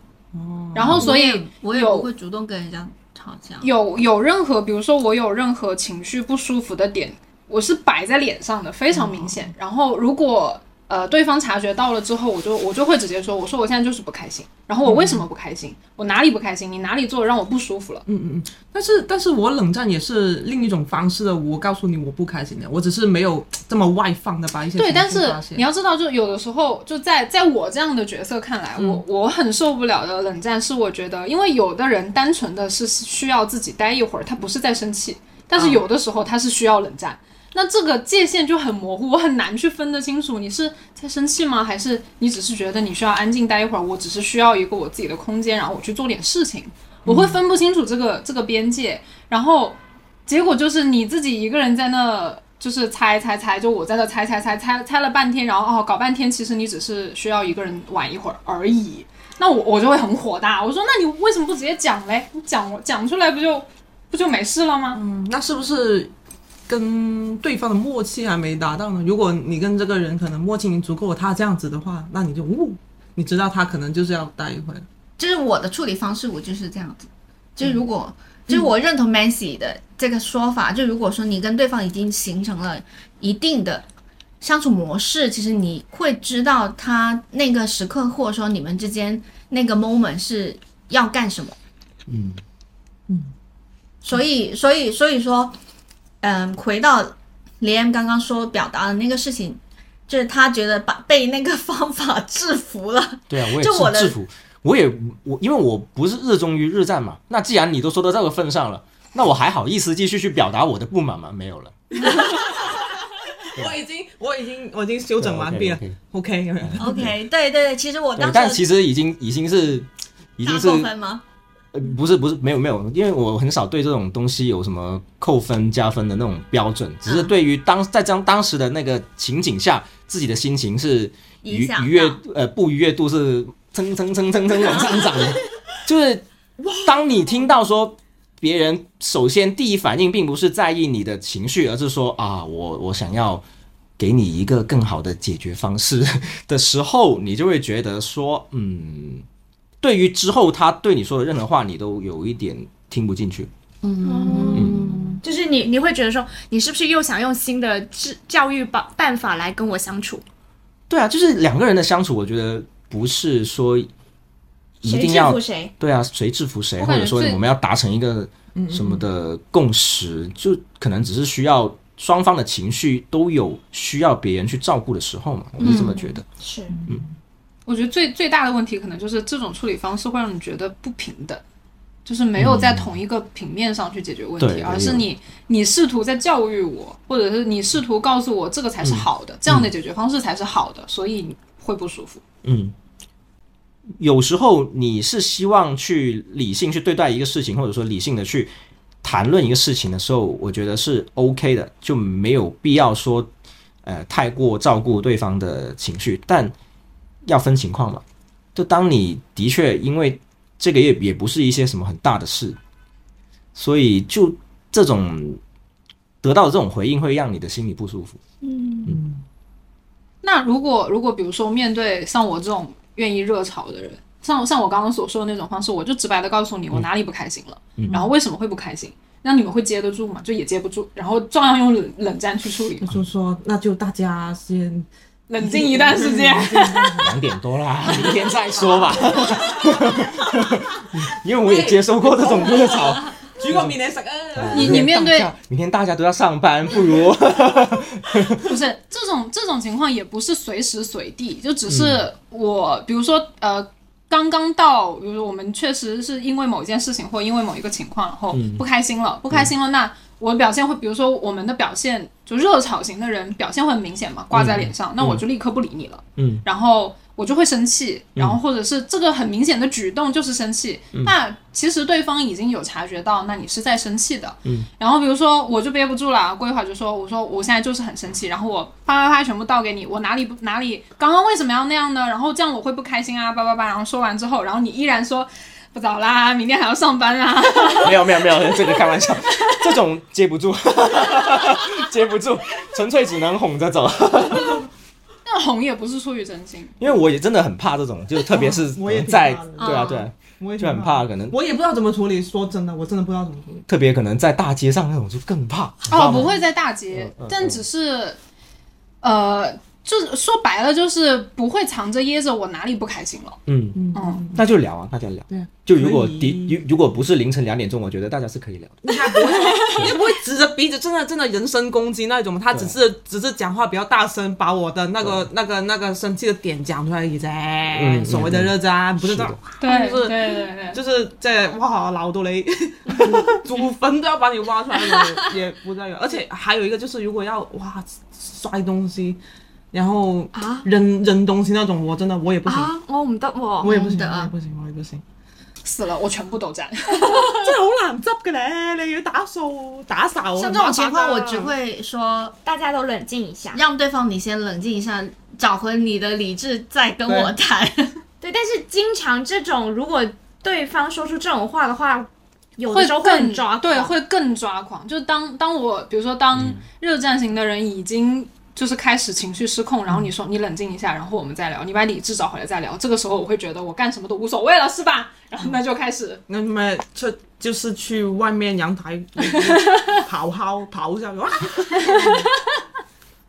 S1: 然后所以
S7: 我也
S1: 有
S7: 不会主动跟人家吵架。
S1: 有有任何，比如说我有任何情绪不舒服的点，我是摆在脸上的，非常明显。然后如果呃对方察觉到了之后，我就我就会直接说，我说我现在就是不开心，然后我为什么不开心，我哪里不开心，你哪里做得让我不舒服了，
S2: 嗯嗯嗯，但是但是我冷战也是另一种方式的，我告诉你我不开心的，我只是没有这么外放的把一些
S1: 对，
S2: 情
S1: 但
S2: 绪
S1: 是
S2: 发泄
S1: 你要知道，就有的时候，就在在我这样的角色看来，
S2: 嗯
S1: 我我很受不了的冷战是，我觉得，因为有的人单纯的是需要自己待一会儿，他不是在生气，但
S2: 嗯
S1: 是有的时候他是需要冷战。那这个界限就很模糊，我很难去分得清楚，你是在生气吗？还是你只是觉得你需要安静待一会儿？我只是需要一个我自己的空间，然后我去做点事情，我
S2: 嗯
S1: 会分不清楚这个这个边界，然后结果就是你自己一个人在那，就是猜猜猜，就我在那猜猜猜猜猜了半天，然后哦搞半天，其实你只是需要一个人玩一会儿而已。那我我就会很火大，我说那你为什么不直接讲嘞？你讲我讲出来不就不就没事了吗？
S2: 嗯，那是不是跟对方的默契还没达到呢？如果你跟这个人可能默契已经足够，他这样子的话，那你就呜，你知道他可能就是要待一会儿。
S7: 就是我的处理方式，我就是这样子。
S4: 嗯
S7: 就是如果，就是我认同 Mancy 的这个说法，就如果说你跟对方已经形成了一定的相处模式，其实你会知道他那个时刻，或者说你们之间那个 moment 是要干什么。
S4: 嗯，
S7: 所以，所以，所以说，嗯，回到林安刚刚说表达的那个事情，就是他觉得把被那个方法制服了。
S4: 对啊，我也
S7: 就是我的
S4: 制服，我也我因为我不是热衷于日战嘛，那既然你都说到这个份上了，那我还好意思继续去表达我的不满吗？没有了，
S2: 我已经我已经我已经修整完毕了
S4: 对
S2: ，OK，
S7: OK，对对对，其实我
S4: 哦对
S7: 哦当，
S4: 但
S7: 时
S4: 其实已经已经是已经
S7: 大
S4: 是
S7: 扣分吗？
S4: 呃不是不是没有没有，因为我很少对这种东西有什么扣分加分的那种标准，只
S7: 嗯
S4: 是对于当在当当时的那个情景下，自己的心情是
S7: 影
S4: 愉
S7: 响到
S4: 愉悦呃不愉悦度是蹭蹭蹭蹭蹭往上涨
S7: [LAUGHS]
S4: 的，就是当你听到说。别人首先第一反应并不是在意你的情绪，而是说啊，我我想要给你一个更好的解决方式的时候，你就会觉得说，嗯，对于之后他对你说的任何话，你都有一点听不进去。
S5: 就是你你会觉得说，你是不是又想用新的治教育办办法来跟我相处？
S4: 对啊，就是两个人的相处，我觉得不是说一定要
S5: 谁制服谁？
S4: 对啊，谁制服谁，
S1: 我
S4: 或
S1: 感觉
S4: 者说
S1: 最
S4: 我们要达成一个什么的共识，就可能只是需要双方的情绪都有需要别人去照顾的时候嘛，我是这么觉得。
S5: 是
S1: 我觉得最最大的问题可能就是这种处理方式会让你觉得不平等，就是没有在同一个平面上去解决问
S4: 对
S1: 题，
S4: 没有
S1: 而是你你试图在教育我，或者是你试图告诉我这个才是好的，这样的解决方式才是好的，所以你会不舒服。
S4: 嗯，有时候你是希望去理性去对待一个事情，或者说理性的去谈论一个事情的时候，我觉得是 OK 的，就没有必要说呃太过照顾对方的情绪，但要分情况嘛。就当你的确因为这个也也不是一些什么很大的事，所以就这种得到的这种回应会让你的心里不舒服。
S1: 那如果如果比如说面对像我这种愿意热吵的人，像像我刚刚所说的那种方式，我就直白的告诉你我哪里不开心了，然后为什么会不开心，那你们会接得住吗？就也接不住，然后照样用冷冷战去处理
S4: 嗯
S2: 我，就说那就大家 [LAUGHS] 先
S1: 冷静一段时间。
S4: 两点
S1: [LAUGHS]
S4: 多啦，明天再说吧。 [LAUGHS] 因为我也接受过这种热潮，
S2: 如果明年
S4: 啊
S2: 十二，
S1: 你你面对
S4: 明天大家都要上班，
S1: [LAUGHS]
S4: 不如
S1: 不是这种这种情况也不是随时随地，就只是我，比如说呃，刚刚到，比如说我们确实是因为某一件事情或因为某一个情况，然后不开心了，不开心了，那我表现会，比如说我们的表现就热炒型的人表现会很明显嘛，挂在脸上，那我就立刻不理你了，
S4: 嗯，
S1: 然后。我就会生气，然后或者是这个很明显的举动就是生气，那其实对方已经有察觉到，那你是在生气的，然后比如说我就憋不住了，过一会儿就说，我说我现在就是很生气，然后我啪啪啪全部倒给你，我哪里不哪里刚刚为什么要那样呢？然后这样我会不开心啊，叭叭叭。然后说完之后，然后你依然说不早啦， [LAUGHS] 明天还要上班啊。
S4: 没有没有没有，这个开玩笑，这种接不住， [LAUGHS] 接不住，纯粹只能哄着走。
S1: 那哄也不是出于真心，
S4: 因为我也真的很怕这种，就特别是
S2: [LAUGHS] 我也挺
S4: 在
S2: 怕的
S1: 哦
S4: 对啊对啊，
S2: [LAUGHS] 我也
S4: 就很怕，可能
S2: 我也不知道怎么处理。说真的，我真的不知道怎么处 [LAUGHS] 理。
S4: 特别可能在大街上那种就更怕。你知道
S1: 哦，
S4: 吗
S1: 不会在大街，
S4: 嗯嗯
S1: 但只是，呃，就是说白了就是不会藏着掖着我哪里不开心了，
S4: 嗯，
S1: 嗯，
S4: 那就聊啊，大家聊。
S2: 对啊
S4: 就如果
S2: 可以
S4: 的如如果不是凌晨两点钟，我觉得大家是可以聊的。
S2: 你不会指着鼻子，真的真的人身攻击那种，他只是只是讲话比较大声，把我的那个那个那个生气的点讲出来而已啫。
S4: 嗯
S2: 所谓的热战，不是
S4: 是
S2: 那
S4: 的
S2: 种，
S1: 对
S2: 就是
S1: 对对对，
S2: 就是在哇老多雷， [LAUGHS] 祖坟都要把你挖出来，也也不再有。而且还有一个就是，如果要哇摔东西，然后
S5: 啊
S2: 扔扔东西那种，我真的我也不行，
S5: 啊，我唔得喎，
S2: 我也不行，
S7: 嗯
S2: 我也不行，我也不行。 [LAUGHS]
S1: 死了我全部都占。
S2: 真係好難執嘅咧，你要打掃打掃。
S7: 像这种情况，
S2: 麻煩㗎啊
S7: 我只会说
S5: 大家都冷静一下。
S7: 让对方你先冷静一下，找回你的理智，再跟我谈。
S5: 对，但是经常这种，如果对方说出这种话的话，有的
S1: 会
S5: 时候
S1: 更
S5: 很抓狂
S1: 对，会更抓狂。就当当我比如说当热战型的人已经就是开始情绪失控，然后你说你冷静一下，然后我们再聊，你把理智找回来再聊。这个时候我会觉得我干什么都无所谓了，是吧？然后那就开始
S2: 那你们就就是去外面阳台咆哮咆哮，哇！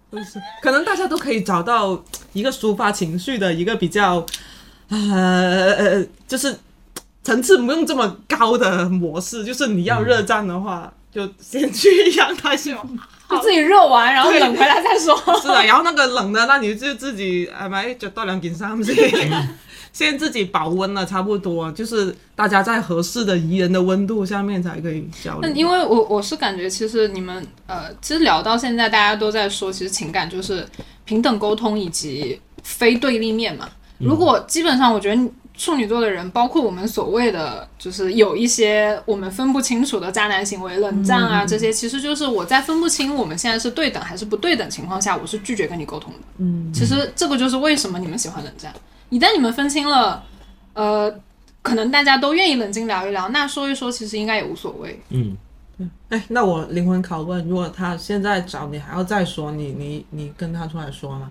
S2: 就是可能大家都可以找到一个抒发情绪的一个比较，呃，呃就是层次不用这么高的模式。就是你要热战的话，就先去阳台去
S1: 就自己热完，然后冷回来再说。
S2: 是
S4: [LAUGHS]
S2: 的，然后那个冷的，那你就自己哎咪着多两件衫
S4: 嗯
S2: 先， [LAUGHS] 先自己保温了，差不多，就是大家在合适的宜人的温度下面才可以交流。
S1: 嗯，因为我我是感觉，其实你们呃，其实聊到现在，大家都在说，其实情感就是平等沟通以及非对立面嘛。如果基本上，我觉得处女座的人，包括我们所谓的，就是有一些我们分不清楚的渣男行为、冷战啊这些，其实就是我在分不清我们现在是对等还是不对等情况下，我是拒绝跟你沟通的。嗯，其实这个就是为什么你们喜欢冷战。一旦你们分清了，呃，可能大家都愿意冷静聊一聊，那说一说其实应该也无所谓。
S4: 嗯，
S2: 哎，那我灵魂拷问，如果他现在找你还要再说，你你你跟他出来说吗？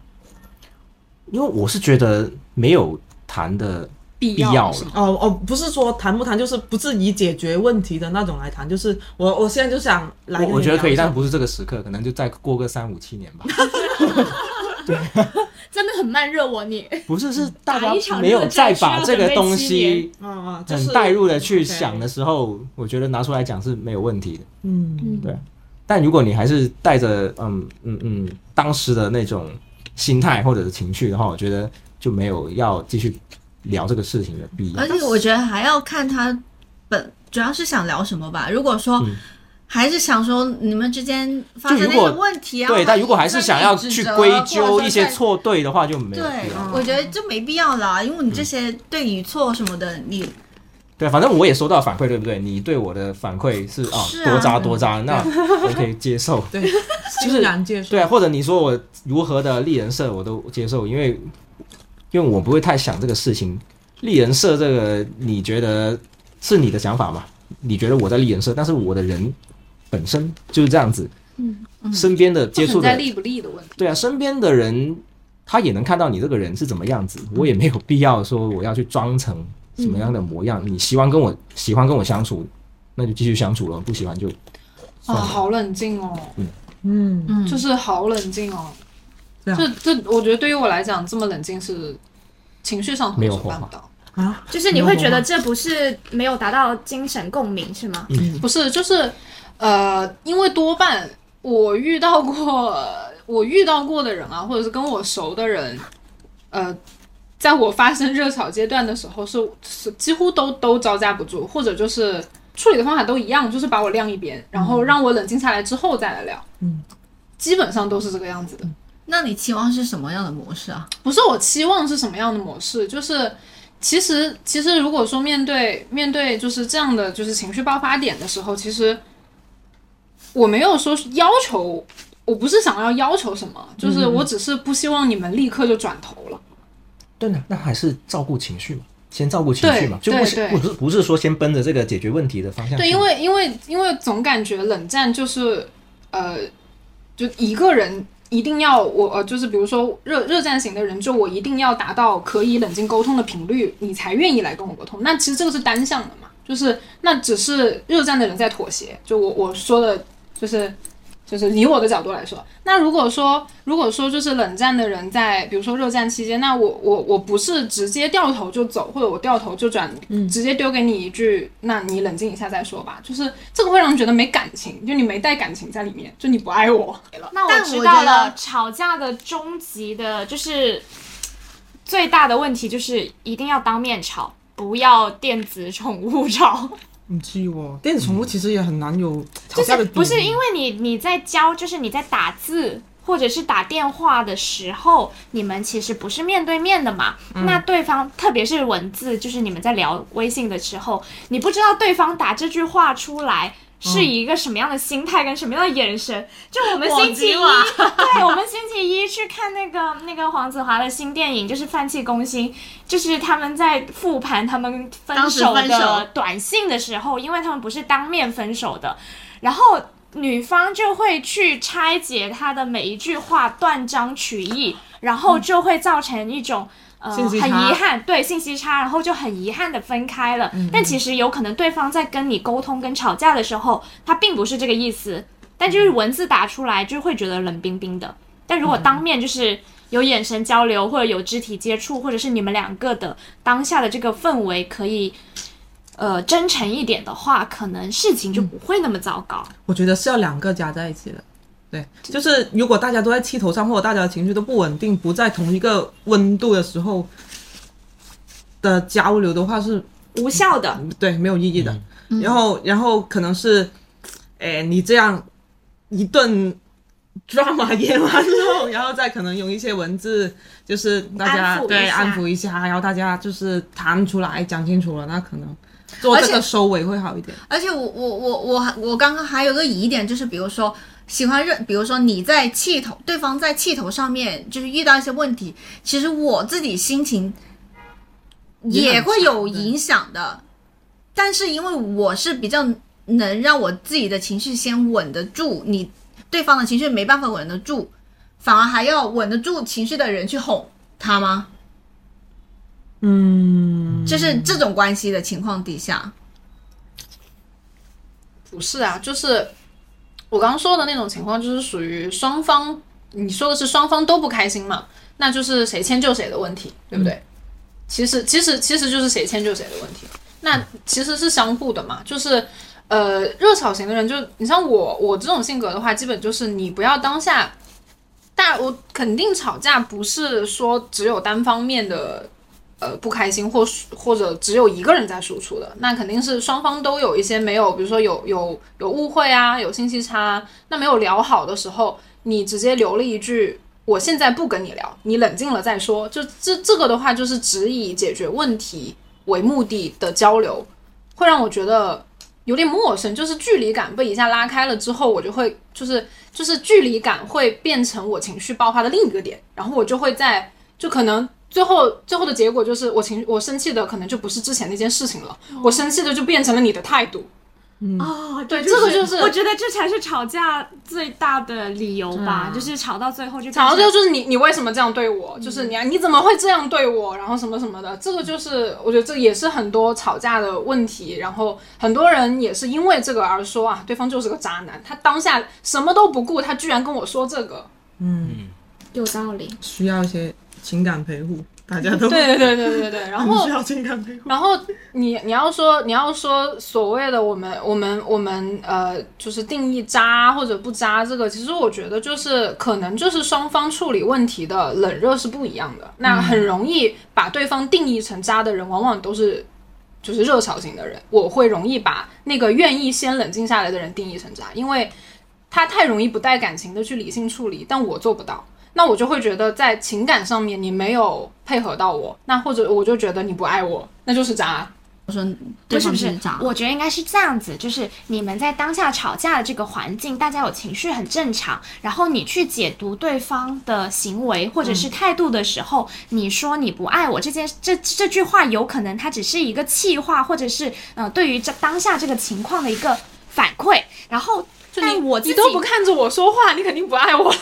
S4: 因为我是觉得没有谈的
S1: 必
S4: 必要
S1: 是吗
S4: 了。
S2: 哦哦，不是说谈不谈，就是不是以解决问题的那种来谈，就是我我现在就想来
S4: 我
S2: 跟你
S4: 我觉得可
S2: 聊
S4: 以，
S2: 一
S4: 但
S2: 下
S4: 不是这个时刻，可能就再过个三五七年吧。
S5: 真的很慢热我你。
S4: 不是，是大
S5: 打一
S4: 家
S5: 场
S4: 没有
S5: 热战
S4: 再
S5: 需要
S4: 把这
S5: 准
S4: 个
S5: 备
S4: 东
S5: 七年
S4: 西
S2: 嗯嗯，就
S4: 很
S2: 是
S4: 带入的去
S2: OK
S4: 想的时候，我觉得拿出来讲是没有问题的。
S2: 嗯
S4: 但如果你还是带着嗯嗯嗯当时的那种心态或者是情绪的话，我觉得就没有要继续聊这个事情的必要
S7: 而。且我觉得还要看他本主要是想聊什么吧。如果说
S4: 嗯
S7: 还是想说你们之间发生
S4: 就
S7: 那
S4: 如果
S7: 些问题啊，
S4: 对，但如果还是想要去归咎一些
S7: 错。
S4: 错对的话，就没有
S7: 对
S4: 必要。，
S7: 我觉得就没必要啦，因为你这些对与错什么的，你
S4: 对，反正我也收到反馈，对不对？你对我的反馈是啊，
S7: 是啊
S4: 多渣多渣，那我可以接受。
S2: 对，欣然接受。
S4: 对啊，或者你说我如何的立人设，我都接受，因为因为我不会太想这个事情。立人设这个，你觉得是你的想法嘛？你觉得我在立人设，但是我的人本身就是这样子。嗯，身边的接触
S1: 存
S4: 的
S1: 在利不利的问题。
S4: 对啊，身边的人他也能看到你这个人是怎么样子，
S1: 嗯
S4: 我也没有必要说我要去装成什么样的模样。
S1: 嗯
S4: 你喜欢跟我喜欢跟我相处，那就继续相处了；不喜欢就
S1: 哦，好冷静哦，
S2: 嗯，
S7: 嗯，
S1: 就是好冷静哦。
S2: 对啊
S1: 这这，我觉得对于我来讲，这么冷静是情绪上头
S4: 没有
S1: 是
S4: 火
S1: 办不
S4: 花
S1: 到。
S5: 就是你会觉得这不是没有达到精神共鸣是吗？
S1: 不是，就是呃，因为多半我遇到过我遇到过的人啊，或者是跟我熟的人，呃，在我发生热吵阶段的时候是，是几乎都都招架不住，或者就是处理的方法都一样，就是把我晾一边，然后让我冷静下来之后再来聊。
S2: 嗯，
S1: 基本上都是这个样子的。
S7: 那你期望是什么样的模式啊？
S1: 不是我期望是什么样的模式，就是其实其实如果说面对面对就是这样的就是情绪爆发点的时候，其实我没有说是要求，我不是想要要求什么，就是我只是不希望你们立刻就转头了。
S4: 对呢，那还是照顾情绪嘛，先照顾情绪嘛，就
S1: 对
S4: 不
S1: 对
S4: 是不是不是说先奔着这个解决问题的方向去。
S1: 对，因为因为因为总感觉冷战就是呃，就一个人一定要我呃，就是比如说热热战型的人，就我一定要达到可以冷静沟通的频率，你才愿意来跟我沟通。那其实这个是单向的嘛，就是那只是热战的人在妥协。就我我说的，就是。就是以我的角度来说，那如果说如果说就是冷战的人在比如说热战期间，那我我我不是直接掉头就走，或者我掉头就转，直接丢给你一句，那你冷静一下再说吧。就是这个会让人觉得没感情，就你没带感情在里面，就你不爱我。
S5: 那
S7: 但
S5: 我知
S7: 我
S5: 道
S7: 觉得
S5: 了，吵架的终极的就是最大的问题就是一定要当面吵，不要电子宠物吵。
S2: 你至于我电子宠物其实也很难有吵
S5: 嗯就
S2: 架
S5: 是
S2: 的
S5: 不是因
S2: 为
S5: 为你你在教，就是你在打字或者是打电话的时候，你们其实不是面对面的嘛？
S7: 嗯
S5: 那对方特别是文字，就是你们在聊微信的时候，你不知道对方打这句话出来。是一个什么样的心态跟什么样的眼神？就我们星期一，
S7: 嗯忘记
S5: 对我们星期一去看那个那个黄子华的新电影，就是《泛气攻心》，就是他们在复盘他们分
S7: 当时
S5: 手
S7: 分手
S5: 的短信的时候，因为他们不是当面分手的，然后女方就会去拆解他的每一句话，断章取义，然后就会造成一种。呃，
S2: 嗯信息
S5: 很
S2: 差
S5: 遗憾，对信息差，然后就很遗憾的分开了。
S2: 嗯
S5: 但其实有可能对方在跟你沟通、跟吵架的时候，他并不是这个意思，但就是文字打出来就会觉得冷冰冰的。但如果当面就是有眼神交流，或者有肢体接触，或者是你们两个的当下的这个氛围可以，呃，真诚一点的话，可能事
S2: 嗯
S5: 情就不会那么糟糕。
S2: 我觉得是要两个加在一起的。对，就是如果大家都在气头上，或者大家的情绪都不稳定，不在同一个温度的时候的交流的话是
S5: 无效的，
S2: 对，没有意义的。
S5: 嗯
S2: 然后，然后可能是，哎，你这样一顿 drama 演完之后，然后再可能用一些文字，就是大家
S5: 安抚一
S2: 对
S5: 下
S2: 安抚一下，然后大家就是谈出来讲清楚了，那可能做
S7: 而
S2: 这
S7: 且
S2: 个收尾会好一点。
S7: 而且我我我我我刚刚还有个疑点，就是比如说喜欢热，比如说你在气头，对方在气头上面就是遇到一些问题，其实我自己心情
S2: 也
S7: 也
S2: 很
S7: 会有
S2: 差对
S7: 影响的，但是因为我是比较能让我自己的情绪先稳得住，你对方的情绪没办法稳得住，反而还要稳得住情绪的人去哄他吗？
S2: 嗯，
S7: 就是这种关系的情况底下，
S1: 不是啊，就是我刚刚说的那种情况，就是属于双方，你说的是双方都不开心嘛，那就是谁迁就谁的问题，对不对？其实其实其实就是谁迁就谁的问题，那其实是相互的嘛，就是。呃，热炒型的人就你像我，我这种性格的话，基本就是你不要当下大，我肯定吵架不是说只有单方面的呃不开心或或者只有一个人在输出的，那肯定是双方都有一些没有，比如说有有有误会啊，有信息差啊、那没有聊好的时候，你直接留了一句“我现在不跟你聊，你冷静了再说”，就这这个的话就是只以解决问题为目的的交流，会让我觉得有点陌生，就是距离感被一下拉开了之后，我就会就是就是距离感会变成我情绪爆发的另一个点，然后我就会在就可能。最后，最后的结果就是我情我生气的可能就不是之前那件事情了，我生气的就变成了你的态度，
S9: 哦，
S1: 对
S9: 这
S1: 这个就是
S9: 我觉得这才是吵架最大的理由
S1: 啊
S9: 吧，就是吵到最后就
S1: 然后
S9: 变
S1: 就
S9: 成
S1: 就是你，你为什么这样对我？就是你啊，你怎么会这样对我？然后什么什么的，这个就是我觉得这也是很多吵架的问题。然后很多人也是因为这个而说啊，对方就是个渣男，他当下什么都不顾，他居然跟我说这个。
S5: 有道理。
S2: 需要一些情感陪护，大家都
S1: 对对对对对对。然
S2: 很
S1: 后
S2: [LAUGHS] 需要情感陪护。
S1: 然后你你要说你要说所谓的我们我们我们呃，就是定义渣或者不渣这个，其实我觉得就是可能就是双方处理问题的冷热是不一样的。那很容易把对方定义成渣的人，往往都是就是热潮型的人。我会容易把那个愿意先冷静下来的人定义成渣，因为他太容易不带感情的去理性处理，但我做不到。那我就会觉得在情感上面你没有配合到我，那或者我就觉得你不爱我，那就是渣。
S7: 对
S5: 不是
S7: 方
S5: 不
S7: 是
S5: 是
S7: 渣，，
S5: 我觉得应该是这样子，就是你们在当下吵架的这个环境，大家有情绪很正常，然后你去解读对方的行为或者
S1: 嗯
S5: 是态度的时候，你说你不爱我这件这这句话，有可能它只是一个气话，或者是呃对于这当下这个情况的一个反馈，然后。但我自
S1: 你
S5: 己
S1: 都不看着我说话，你肯定不爱我了。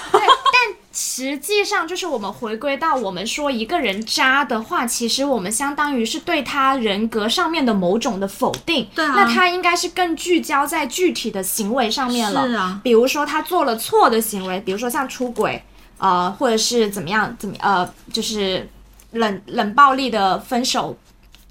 S5: 实际上就是我们回归到我们说一个人渣的话，其实我们相当于是对他人格上面的某种的否定。
S7: 对啊
S5: 那他应该是更聚焦在具体的行为上面了。
S7: 是啊
S5: 比如说他做了错的行为，比如说像出轨，呃，或者是怎么样怎么呃，就是冷冷暴力的分手。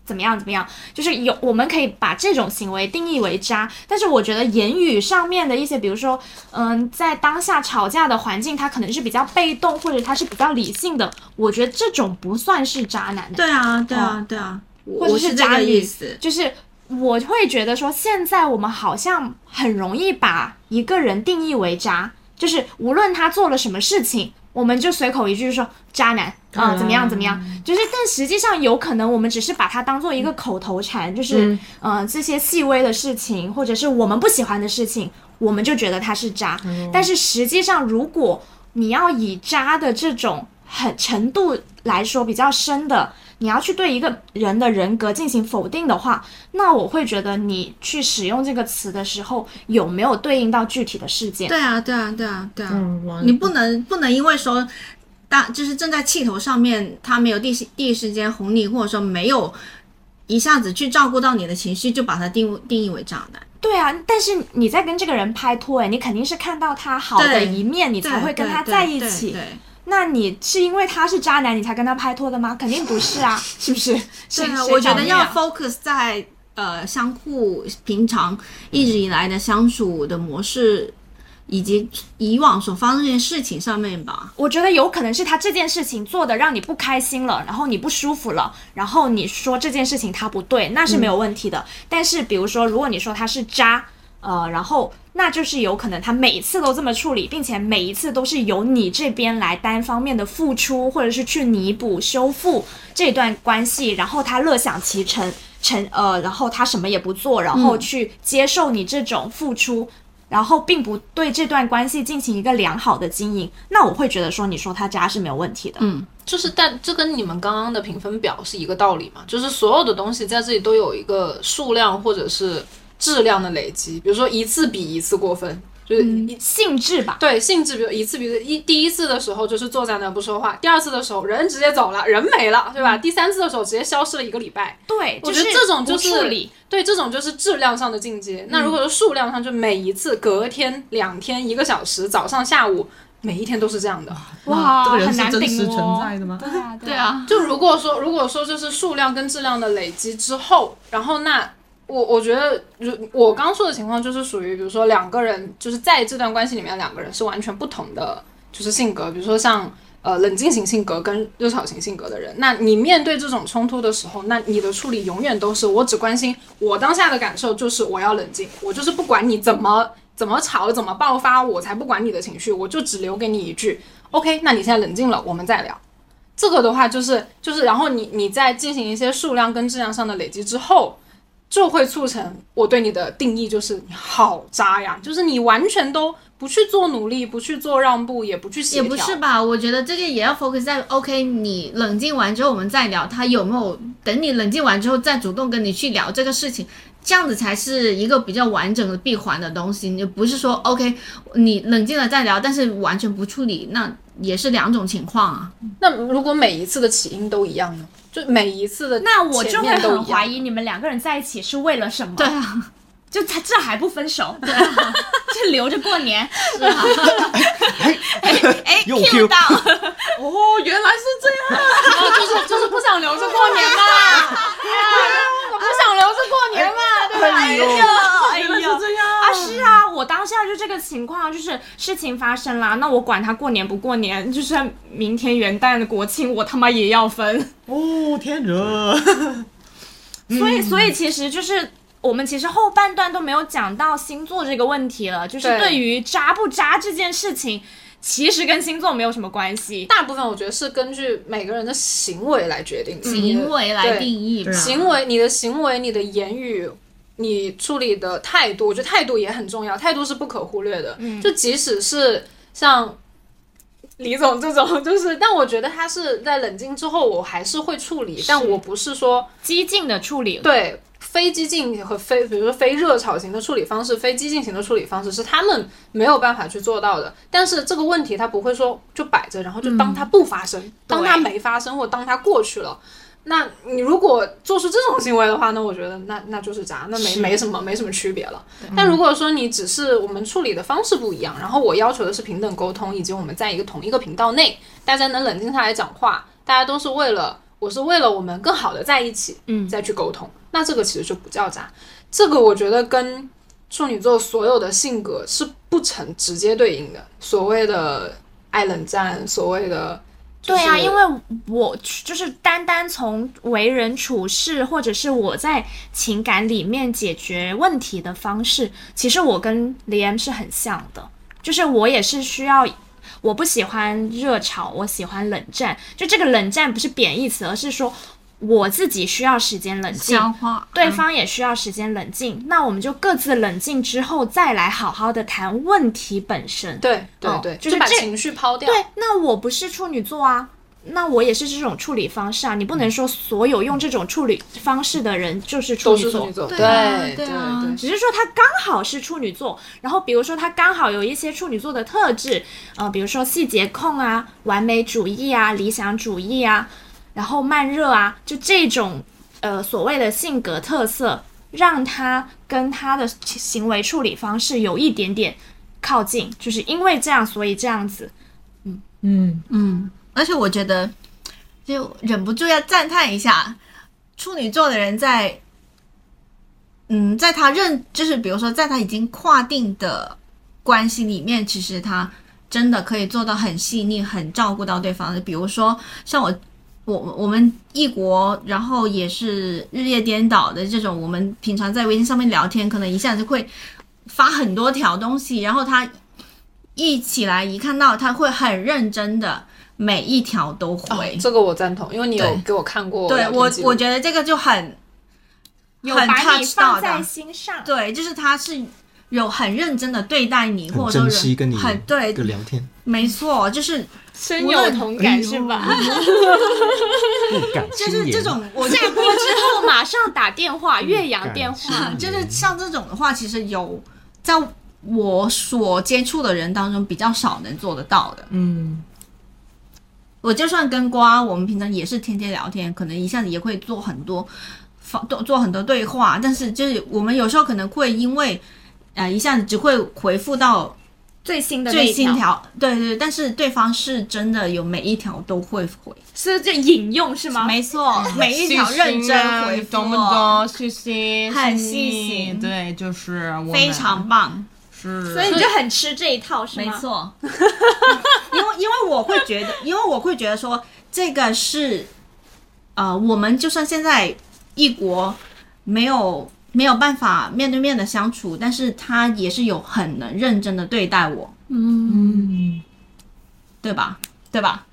S5: 怎么样？怎么样？就是有，我们可以把这种行为定义为渣，但是我觉得言语上面的一些，比如说，嗯，在当下吵架的环境，他可能是比较被动，或者他是比较理性的，我觉得这种不算是渣男的，
S7: 对啊，对啊，对啊，
S5: 或
S7: 我
S5: 者
S7: 我是这
S5: 渣
S7: 个
S5: 女
S7: 意思。
S5: 就是我会觉得说，现在我们好像很容易把一个人定义为渣，就是无论他做了什么事情，我们就随口一句说渣男啊、怎么样怎么样，就是但实际上有可能我们只是把它当做一个口头禅，就是嗯、呃这些细微的事情或者是我们不喜欢的事情，我们就觉得他是渣，但是实际上如果你要以渣的这种很程度来说比较深的，你要去对一个人的人格进行否定的话，那我会觉得你去使用这个词的时候有没有对应到具体的事件？
S7: 对啊，对啊，对啊，对啊，
S2: 嗯
S5: 嗯
S7: 你不能不能因为说大就是正在气头上面，他没有第一第一时间哄你，或者说没有一下子去照顾到你的情绪，就把它定定义为渣男。
S5: 对啊，但是你在跟这个人拍拖，哎，你肯定是看到他好的
S7: 对
S5: 一面，你
S7: 你
S5: 才会跟他在一起
S7: 对。
S5: 那你是因为他是渣男，你才跟他拍拖的吗？肯定不是啊，是不是？
S7: 对
S5: 是
S7: 啊，我觉得要
S5: 否，
S7: focus 在呃相互平常一直以来的相处的模式，以及以往所发生的事情上面吧。
S5: 我觉得有可能是他这件事情做的让你不开心了，然后你不舒服了，然后你说这件事情他不对，那是没有问题的。但是比如说，如果你说他是渣，呃，然后那就是有可能他每一次都这么处理，并且每一次都是由你这边来单方面的付出，或者是去弥补、修复这段关系，然后他乐享其成，成呃，然后他什么也不做，然后去接受你这种付出。然后并不对这段关系进行一个良好的经营，那我会觉得说，你说他渣是没有问题的。嗯，
S1: 就是，但这跟你们刚刚的评分表是一个道理嘛？就是所有的东西在这里都有一个数量或者是质量的累积，比如说一次比一次过分，就是一
S5: 性质吧，
S1: 对，性质比如一次比如一第一次的时候就是坐在那儿不说话，第二次的时候人直接走了，人没了，对吧？第三次的时候直接消失了一个礼拜。
S5: 对，
S1: 我
S5: 就
S1: 觉得
S5: 是
S1: 这种就
S5: 不
S1: 是
S5: 处理，
S1: 对，这种就是质量上的进阶。那如果说数量上，就每一次隔天、两天、一个小时，早上、下午，每一天都是这样的。
S5: 哇，
S2: 这个人
S5: 很
S2: 是
S5: 难
S2: 真
S5: 顶
S2: 实
S5: 哦。
S2: 存在的吗？
S5: 对啊，对
S7: 对
S5: 啊。
S7: 啊，
S1: 就如果说如果说就是数量跟质量的累积之后，然后那我我觉得，如我刚说的情况就是属于，比如说两个人就是在这段关系里面，两个人是完全不同的，就是性格，比如说像。呃，冷静型性格跟热吵型性格的人，那你面对这种冲突的时候，那你的处理永远都是我只关心我当下的感受，就是我要冷静，我就是不管你怎么怎么吵、怎么爆发，我才不管你的情绪，我就只留给你一句，OK，那你现在冷静了，我们再聊。这个的话就是就是，然后你你在进行一些数量跟质量上的累积之后，就会促成我对你的定义就是你好渣呀，就是你完全都不去做努力，不去做让步，也不去协
S7: 也
S1: 调，
S7: 不是吧？我觉得这个也要 focus 在 OK，你冷静完之后我们再聊，他有没有等你冷静完之后再主动跟你去聊这个事情，这样子才是一个比较完整的闭环的东西。你不是说 OK，你冷静了再聊，但是完全不处理，那也是两种情况啊。
S1: 那如果每一次的起因都一样呢？就每一次的
S10: 那我就
S1: 前
S10: 会
S1: 面都
S10: 很
S1: 一样
S10: 怀疑你们两个人在一起是为了什么。
S5: [LAUGHS]
S7: 对，啊，
S10: 就他这还不分手，对、
S2: 啊
S10: 就留着过
S2: [LAUGHS]
S10: 年。
S7: 哎
S4: 又
S7: Q 到，
S2: [LAUGHS] 哦，原来是这样。
S1: 然
S5: 哦
S1: 后就是就是不想留着过年
S2: [LAUGHS]
S1: 嘛，我不想留着过年嘛，对吧？
S2: 哎呦，
S10: 哎
S2: 原来是这样。
S10: 啊，是啊，
S5: 啊，我当下就这个情况啊，就是事情发生啦，那我管他过年不过年，就算明天元旦的国庆，我他妈也要分。
S4: 哦，天热，
S5: 所以，所以其实就是我们其实后半段都没有讲到星座这个问题了，就是
S1: 对
S5: 对于渣不渣这件事情，其实跟星座没有什么关系。
S1: 大部分我觉得是根据每个人的行为来决定的，
S7: 行为来
S1: 对
S7: 定义
S10: 啊
S7: 吧。
S1: 行为，你的行为，你的言语，你处理的态度，我觉得态度也很重要，态度是不可忽略的。
S10: 嗯
S1: 就即使是像李总这种，就是，但我觉得他是在冷静之后，我还是会处理，但我不是说
S5: 激进的处理，
S1: 对。非激进和非，比如说非热炒型的处理方式，非激进型的处理方式是他们没有办法去做到的。但是这个问题他不会说就摆着，然后就当它不发生，当它没发生或当它过去了，那你如果做出这种行为的话，那我觉得那那就是渣，那没没什么没什么区别了。但如果说你只是我们处理的方式不一样，然后我要求的是平等沟通，以及我们在一个同一个频道内，大家能冷静下来讲话，大家都是为了我是为了我们更好的在一起，嗯，再去沟通，那这个其实就不叫渣。这个我觉得跟处女座所有的性格是不成直接对应的，所谓的爱冷战，所谓的就是、
S5: 对啊，因
S1: 为。
S5: 为我就是单单从为人处事，或者是我在情感里面解决问题的方式，其实我跟李安是很像的，就是我也是需要。我不喜欢热吵，我喜欢冷战。就这个冷战不是贬义词，而是说我自己需要时间冷静，
S1: 嗯
S7: 消化
S5: 对方也需要时间冷静。那我们就各自冷静之后，再来好好的谈问题本身。
S1: 对对
S5: 哦
S1: 对，
S5: 就是
S1: 把
S5: 这
S1: 情绪抛掉。
S5: 对，那我不是处女座啊，那我也是这种处理方式啊。你
S1: 嗯
S5: 不能说所有用这种处理方式的人就是处
S1: 都
S5: 女
S1: 是处
S5: 座
S1: 女。座，对
S7: 对啊
S1: 对
S7: 对啊
S5: 只是说他刚好是处女座，然后比如说他刚好有一些处女座的特质，呃，比如说细节控啊、完美主义啊、理想主义啊，然后慢热啊，就这种呃所谓的性格特色，让他跟他的行为处理方式有一点点靠近，就是因为这样，所以这样子。
S2: 嗯，
S7: 嗯，而且我觉得，就忍不住要赞叹一下，处女座的人在，嗯，在他认，就是比如说，在他已经跨定的关系里面，其实他真的可以做到很细腻，很照顾到对方的。比如说，像我，我我们异国，然后也是日夜颠倒的这种，我们平常在微信上面聊天，可能一下子会发很多条东西，然后他一起来一看到，他会很认真的每一条都回。
S1: 这个我赞同，因为你有
S7: 对
S1: 给我看过
S7: 对
S1: 聊天
S7: 我
S1: 记，录。
S7: 我觉得这个就很
S5: 有
S7: 很
S5: 把你
S7: touch
S5: 放
S7: 到
S5: 在
S7: 的，
S5: 心上。
S7: 对，就是他是有很认真的对待你，或
S4: 很
S7: 者
S4: 珍
S7: 说
S4: 惜跟你
S7: 很对，
S4: 的聊
S1: [LAUGHS]
S4: 天，
S7: 没错，就是
S5: 深
S7: 无
S5: 有
S7: 论
S5: 同感是 [LAUGHS] 吧？
S4: 不敢
S7: 就
S4: 轻
S7: 是
S4: 言
S7: 这
S1: [LAUGHS]
S7: 种，我
S5: 下播之后马上打电话，岳阳
S4: 敢
S5: 电话。
S4: 轻
S7: 啊就是
S4: 言
S7: 像这种的话，其实有在我所接触的人当中比较少能做得到的。
S2: 嗯，
S7: 我就算跟瓜，我们平常也是天天聊天，可能一下子也会做很多发做做很多对话，但是就是我们有时候可能会因为呃一下子只会回复到
S5: 最新的
S7: 最新
S5: 那一条
S7: 条，对对，但是对方是真的有每一条都会回，
S5: 是这引用是吗？哎
S7: 没错，每一条
S5: 啊
S7: 认真回
S2: 啊你
S7: 复，哦
S2: 懂不懂？细心，
S7: 很
S2: 细
S7: 细心
S2: 对，就是我们
S7: 非常棒，
S2: 是，
S5: 所以你就很吃这一套是
S7: 没
S5: 吗？
S7: 错。 [LAUGHS] 因为因为我会觉得，因为我会觉得说这个是，呃，我们就算现在异国没有没有办法面对面的相处，但是他也是有很能认真的对待我，
S2: 嗯，
S7: 对吧？对吧？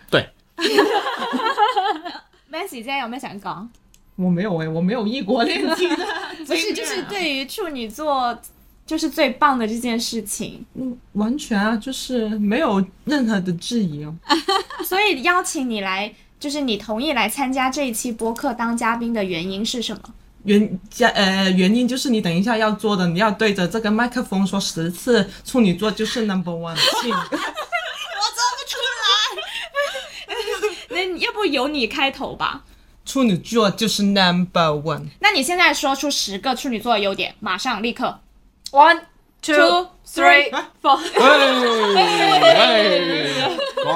S5: Messi 今天有没有想讲？
S7: [LAUGHS]
S2: 我没有哎，我没有异国恋情的，
S5: 不是，就是对于处女座就是最棒的这件事情， [LAUGHS]
S2: 完全啊，就是没有任何的质疑哦。
S5: 所以邀请你来，就是你同意来参加这一期播客当嘉宾的原因是什么？
S2: 原加呃原因就是你等一下要做的，你要对着这个麦克风说十次，处女座就是 number one，信
S5: [LAUGHS] 那你要不由你开头吧？
S2: 处女座就是 number one。
S5: 那你现在说出十个处女座的优点，马上立刻。
S1: One
S5: two, three,
S1: four。
S4: 哎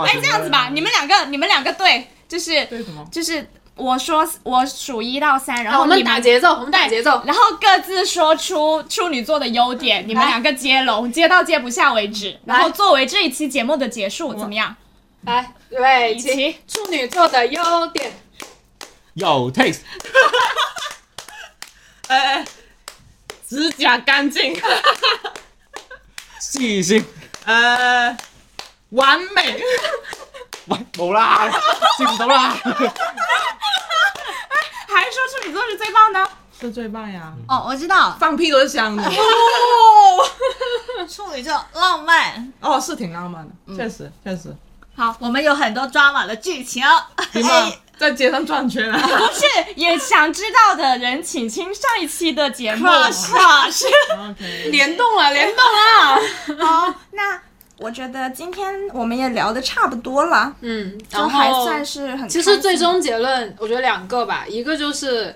S5: 哎，这样子吧，你们两个，你们两个对，就是
S2: 对什么？
S5: 就是我说我数一到三，然
S1: 然后
S5: 后
S1: 我
S5: 你
S1: 们打节奏，我们打节奏。
S5: 然后各自说出处女座的优点，你们两个接龙，接到接不下为止，然后作为这一期节目的结束，怎么样？
S1: 来，对，
S5: 起
S1: 请处女座的优点。
S4: 有 taste，
S2: 哎、哎，指甲干净，
S4: 细心， [LAUGHS]
S2: 呃，完 [LAUGHS] 美，
S4: 喂，冇啦， [LAUGHS] 接唔到啦，
S5: 还是说处女座是最棒的？
S2: 是最棒呀！
S7: 哦，我知道，
S2: 放屁都是香的。
S7: 处女座浪漫，
S2: 哦，是挺浪漫的，确实确实。
S7: 好，我们有很多抓马的剧情。
S2: 你们在街上转圈啊？
S5: 不是，也想知道的人，请听上一期的节目。
S7: Crush，
S1: 联动了，联动了。
S3: [LAUGHS] 好，那我觉得今天我们也聊的差不多了，
S1: 嗯，
S3: 就
S1: 然
S3: 还
S1: 后
S3: 算是很开
S1: 其
S3: 心。
S1: 实最终结论，我觉得两个吧，一个就是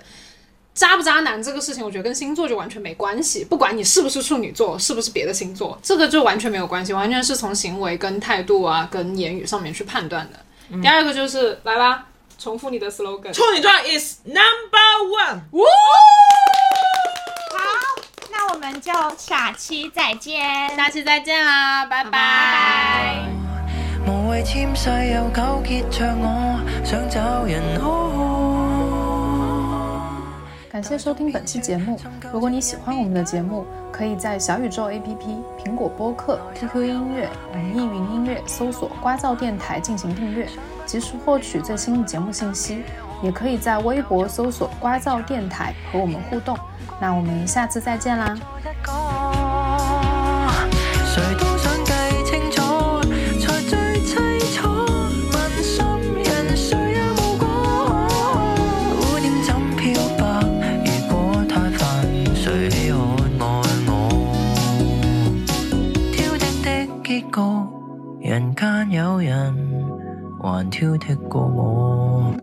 S1: 渣不渣男这个事情，我觉得跟星座就完全没关系，不管你是不是处女座，是不是别的星座，这个就完全没有关系，完全是从行为跟态度啊、跟言语上面去判断的。第二个就是来吧，重复你的 slogan。
S2: 处女座 is number one。
S5: 那我们就下期再见，
S1: 下期再见啦，拜拜。
S5: 拜。
S6: 無謂纖細又糾結着我，想找人呵護。
S11: 感谢收听本期节目。如果你喜欢我们的节目，可以在小宇宙 APP、苹果播客、QQ 音乐、网易云音乐搜索“瓜噪电台”进行订阅，及时获取最新的节目信息。也可以在微博搜索“瓜噪电台”和我们互动。那我们下次再见啦！
S6: 一個，誰都想計清楚，才最凄楚。問心人誰也無果，古典怎漂白？如果太煩，誰稀罕愛我？挑剔的結局，人間有人還挑剔過我。